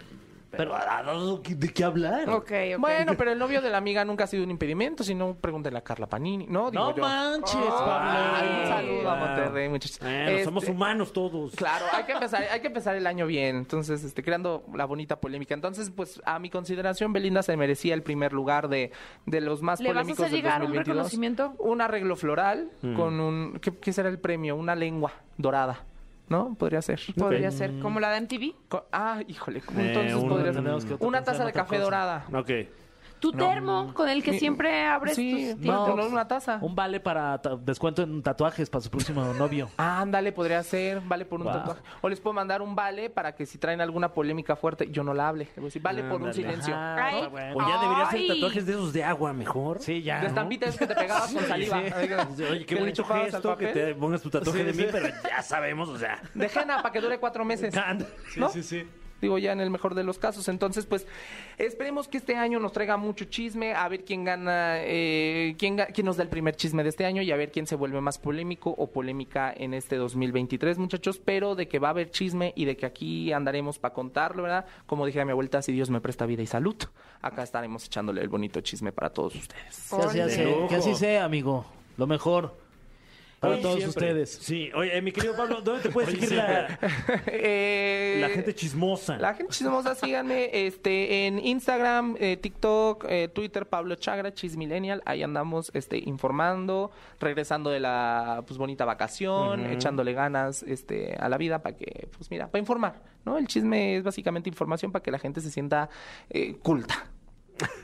[SPEAKER 3] Pero ¿a- a- ¿de qué hablar?
[SPEAKER 2] Ok, ok.
[SPEAKER 8] Bueno, pero el novio de la amiga nunca ha sido un impedimento, sino pregúntale a Carla Panini, ¿no? Digo
[SPEAKER 3] No
[SPEAKER 8] yo.
[SPEAKER 3] manches,
[SPEAKER 8] Ay,
[SPEAKER 3] Pablo.
[SPEAKER 8] un saludo a
[SPEAKER 4] Wow.
[SPEAKER 8] Monterrey, muchachos.
[SPEAKER 4] Bueno, somos
[SPEAKER 8] Este,
[SPEAKER 4] humanos todos.
[SPEAKER 8] Claro, hay que empezar, hay que empezar el año bien, entonces, este, creando la bonita polémica. Entonces, pues, a mi consideración, Belinda se merecía el primer lugar de, de los más
[SPEAKER 2] ¿Le vas a
[SPEAKER 8] polémicos
[SPEAKER 2] hacer
[SPEAKER 8] del
[SPEAKER 2] llegar un
[SPEAKER 8] 2022.
[SPEAKER 2] reconocimiento?
[SPEAKER 8] Un arreglo floral con un, ¿qué, qué será el premio? Una lengua dorada, ¿no? Podría ser.
[SPEAKER 2] Podría ser como la de MTV.
[SPEAKER 8] Co- Ah, híjole, ¿cómo
[SPEAKER 4] Eh,
[SPEAKER 8] entonces
[SPEAKER 4] un-
[SPEAKER 8] podría
[SPEAKER 4] tenemos
[SPEAKER 8] ser?
[SPEAKER 4] que
[SPEAKER 8] Una
[SPEAKER 3] pensar
[SPEAKER 8] taza
[SPEAKER 3] en
[SPEAKER 8] de
[SPEAKER 3] otra
[SPEAKER 8] café
[SPEAKER 3] cosa.
[SPEAKER 8] dorada.
[SPEAKER 4] Ok. pues
[SPEAKER 2] Tu termo con el que
[SPEAKER 8] Mi-
[SPEAKER 2] siempre abres
[SPEAKER 8] Sí,
[SPEAKER 2] tus
[SPEAKER 8] no,
[SPEAKER 2] tintos.
[SPEAKER 8] no, una taza.
[SPEAKER 3] Un vale para ta- descuento en tatuajes para su próximo novio.
[SPEAKER 8] Ándale, podría ser, vale por un
[SPEAKER 3] Wow.
[SPEAKER 8] tatuaje. O les puedo mandar un vale para que si traen alguna polémica fuerte, yo no la hable. Le voy a decir, vale por un
[SPEAKER 4] Ándale.
[SPEAKER 8] silencio.
[SPEAKER 2] Ay,
[SPEAKER 3] Ah, bueno.
[SPEAKER 4] O ya debería
[SPEAKER 2] Ay.
[SPEAKER 4] hacer tatuajes de esos de agua mejor.
[SPEAKER 3] Sí, ya.
[SPEAKER 8] La
[SPEAKER 3] ¿no?
[SPEAKER 8] estampita es que te pegabas
[SPEAKER 4] [laughs]
[SPEAKER 8] con saliva.
[SPEAKER 4] Oye, qué
[SPEAKER 8] Que le
[SPEAKER 4] bonito
[SPEAKER 8] chupabas al
[SPEAKER 4] gesto que
[SPEAKER 8] papel.
[SPEAKER 4] te pongas tu tatuaje de mí, pero ya sabemos, o sea. [laughs]
[SPEAKER 8] [laughs] De henna para que dure cuatro meses.
[SPEAKER 4] can-
[SPEAKER 8] ¿no?
[SPEAKER 3] sí.
[SPEAKER 8] digo ya en el mejor de los casos. Entonces, pues esperemos que este año nos traiga mucho chisme, a ver quién gana, eh, quién, ga- quién nos da el primer chisme de este año y a ver quién se vuelve más polémico o polémica en este 2023, muchachos, pero de que va a haber chisme y de que aquí andaremos para contarlo, ¿verdad? Como dije a mi vuelta, si Dios me presta vida y salud, acá estaremos echándole el bonito chisme para todos ustedes. [laughs]
[SPEAKER 6] Que así,
[SPEAKER 2] Órale.
[SPEAKER 6] sea, que así sea, amigo. Lo mejor para
[SPEAKER 4] Oye,
[SPEAKER 6] todos
[SPEAKER 4] siempre.
[SPEAKER 6] ustedes.
[SPEAKER 4] Sí, oye, eh, mi querido Pablo, ¿dónde te puede seguir la,
[SPEAKER 8] Eh,
[SPEAKER 4] la gente chismosa?
[SPEAKER 8] La gente chismosa, síganme este, en Instagram, eh, TikTok, eh, Twitter, Pablo Chagra, Chismillennial. Ahí andamos este, informando, regresando de la pues, bonita vacación, echándole ganas este, a la vida para que, pues mira, para informar. ¿no? El chisme es básicamente información para que la gente se sienta eh, culta.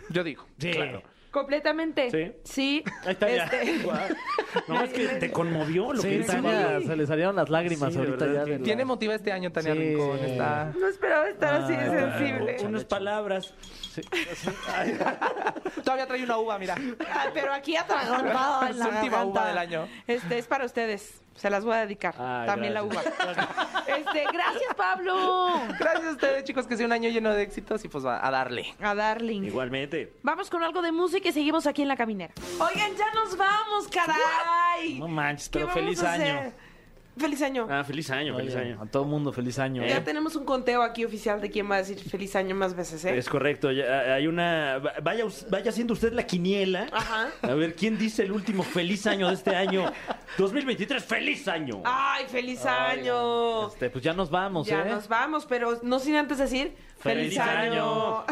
[SPEAKER 8] Yo digo.
[SPEAKER 4] Sí. Claro.
[SPEAKER 2] Completamente.
[SPEAKER 4] Sí.
[SPEAKER 2] Sí.
[SPEAKER 4] Ahí está ya.
[SPEAKER 2] Este,
[SPEAKER 4] [laughs] Guau. No, es que te conmovió lo que
[SPEAKER 6] Sí,
[SPEAKER 4] hizo
[SPEAKER 6] Tania, se le salieron las lágrimas
[SPEAKER 4] Sí, de
[SPEAKER 6] ahorita
[SPEAKER 4] verdad
[SPEAKER 6] ya.
[SPEAKER 4] que-
[SPEAKER 6] de la-
[SPEAKER 8] Tiene motiva este año, Tania
[SPEAKER 6] Sí.
[SPEAKER 8] Rincón. Está...
[SPEAKER 2] no esperaba estar así de sensible.
[SPEAKER 4] Unas palabras.
[SPEAKER 8] Todavía trae una uva, mira.
[SPEAKER 2] Ay, Ah, pero aquí atragantado en la
[SPEAKER 8] Su última
[SPEAKER 2] garganta.
[SPEAKER 8] uva del año.
[SPEAKER 2] Este es para ustedes. Se las voy a dedicar.
[SPEAKER 4] Ay,
[SPEAKER 2] También
[SPEAKER 4] gracias.
[SPEAKER 2] la uva. Este, gracias, Pablo.
[SPEAKER 8] Gracias a ustedes, chicos, que sea un año lleno de éxitos y pues va a darle.
[SPEAKER 2] A Darling.
[SPEAKER 4] Igualmente.
[SPEAKER 2] Vamos con algo de música y seguimos aquí en la caminera. Oigan, ya nos vamos, caray.
[SPEAKER 6] No manches,
[SPEAKER 2] ¿Qué
[SPEAKER 6] pero
[SPEAKER 2] vamos
[SPEAKER 6] feliz
[SPEAKER 2] a hacer?
[SPEAKER 6] año.
[SPEAKER 2] Feliz año.
[SPEAKER 4] Ah, feliz año, feliz
[SPEAKER 6] Oye,
[SPEAKER 4] año.
[SPEAKER 6] A todo mundo, feliz año. ¿eh?
[SPEAKER 3] ¿Eh?
[SPEAKER 2] Ya tenemos un conteo aquí oficial de quién va a decir feliz año más veces, ¿eh?
[SPEAKER 4] Es correcto, ya hay una... Vaya, us- vaya haciendo usted la quiniela.
[SPEAKER 2] Ajá.
[SPEAKER 4] A ver, ¿quién dice el último feliz año de este año? 2023, feliz año.
[SPEAKER 2] ¡Ay, feliz año!
[SPEAKER 6] Este, pues ya nos vamos,
[SPEAKER 2] Ya
[SPEAKER 6] ¿eh?
[SPEAKER 2] nos vamos, pero no sin antes decir ¡Feliz,
[SPEAKER 4] ¡Feliz
[SPEAKER 2] año! [laughs]
[SPEAKER 4] año!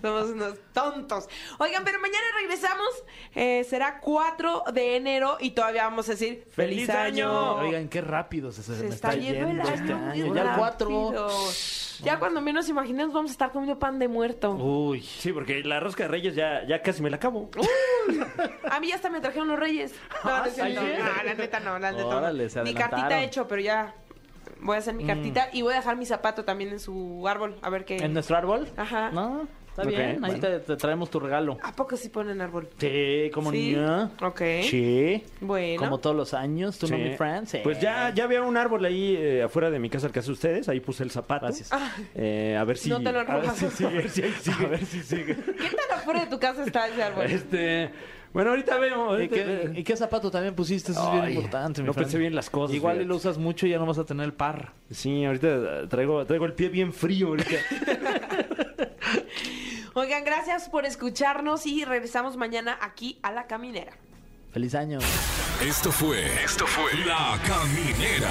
[SPEAKER 2] Somos unos tontos. Oigan, pero mañana regresamos. eh, será 4 de enero y todavía vamos a decir ¡Feliz,
[SPEAKER 4] ¡Feliz año!
[SPEAKER 2] año!
[SPEAKER 6] Oigan, qué rápido se, se
[SPEAKER 2] Se
[SPEAKER 6] me
[SPEAKER 2] está, yendo, el año.
[SPEAKER 6] este
[SPEAKER 2] bien
[SPEAKER 6] año. Ya el
[SPEAKER 2] rápido.
[SPEAKER 6] 4.
[SPEAKER 2] Ya cuando menos imaginemos vamos a estar comiendo pan de muerto.
[SPEAKER 4] Uy. Sí, porque la rosca de reyes ya, ya casi me la acabo.
[SPEAKER 2] A mí ya hasta me trajeron
[SPEAKER 6] [laughs]
[SPEAKER 2] los reyes.
[SPEAKER 6] Ah,
[SPEAKER 2] No, no, es cierto. No, la neta no, la neta no.
[SPEAKER 6] Órale, se
[SPEAKER 2] Mi
[SPEAKER 6] adelantaron.
[SPEAKER 2] cartita he hecho, pero ya voy a hacer
[SPEAKER 6] Mm.
[SPEAKER 2] mi cartita y voy a dejar mi zapato también en su árbol. A ver qué.
[SPEAKER 6] ¿En nuestro árbol?
[SPEAKER 2] Ajá.
[SPEAKER 6] No, está
[SPEAKER 4] Ok,
[SPEAKER 6] bien. Ahí
[SPEAKER 4] bueno.
[SPEAKER 6] te, te traemos tu regalo.
[SPEAKER 2] ¿A poco sí ponen árbol?
[SPEAKER 6] Sí, como
[SPEAKER 2] Sí.
[SPEAKER 6] niña.
[SPEAKER 2] Ok.
[SPEAKER 6] Sí.
[SPEAKER 2] Bueno.
[SPEAKER 6] Como todos los años, tú no
[SPEAKER 4] Sí.
[SPEAKER 6] mi friend. sí.
[SPEAKER 4] Pues ya, ya había un árbol ahí eh, afuera de mi casa, al caso de ustedes. Ahí puse el zapato.
[SPEAKER 6] Gracias.
[SPEAKER 4] Eh, a ver si.
[SPEAKER 2] Ah. No te lo
[SPEAKER 4] a ver
[SPEAKER 2] robas.
[SPEAKER 4] si sigue, a ver si ahí
[SPEAKER 6] [laughs]
[SPEAKER 4] sigue.
[SPEAKER 2] ¿Qué tan afuera de tu casa está ese árbol?
[SPEAKER 4] Este. Bueno, ahorita vemos. este,
[SPEAKER 6] ¿Y
[SPEAKER 4] ahorita-
[SPEAKER 6] qué, eh, y qué zapato también pusiste? Eso es bien
[SPEAKER 4] Eh, Ay,
[SPEAKER 6] importante, mi
[SPEAKER 4] no
[SPEAKER 6] Fran.
[SPEAKER 4] pensé bien las cosas,
[SPEAKER 6] Igual y
[SPEAKER 4] fíjate.
[SPEAKER 6] lo usas mucho y ya no vas a tener el par.
[SPEAKER 4] Sí, ahorita traigo, traigo el pie bien frío ahorita.
[SPEAKER 2] Oigan, gracias por escucharnos y regresamos mañana aquí a la caminera.
[SPEAKER 6] Feliz año.
[SPEAKER 1] Esto fue. Esto fue. La Caminera.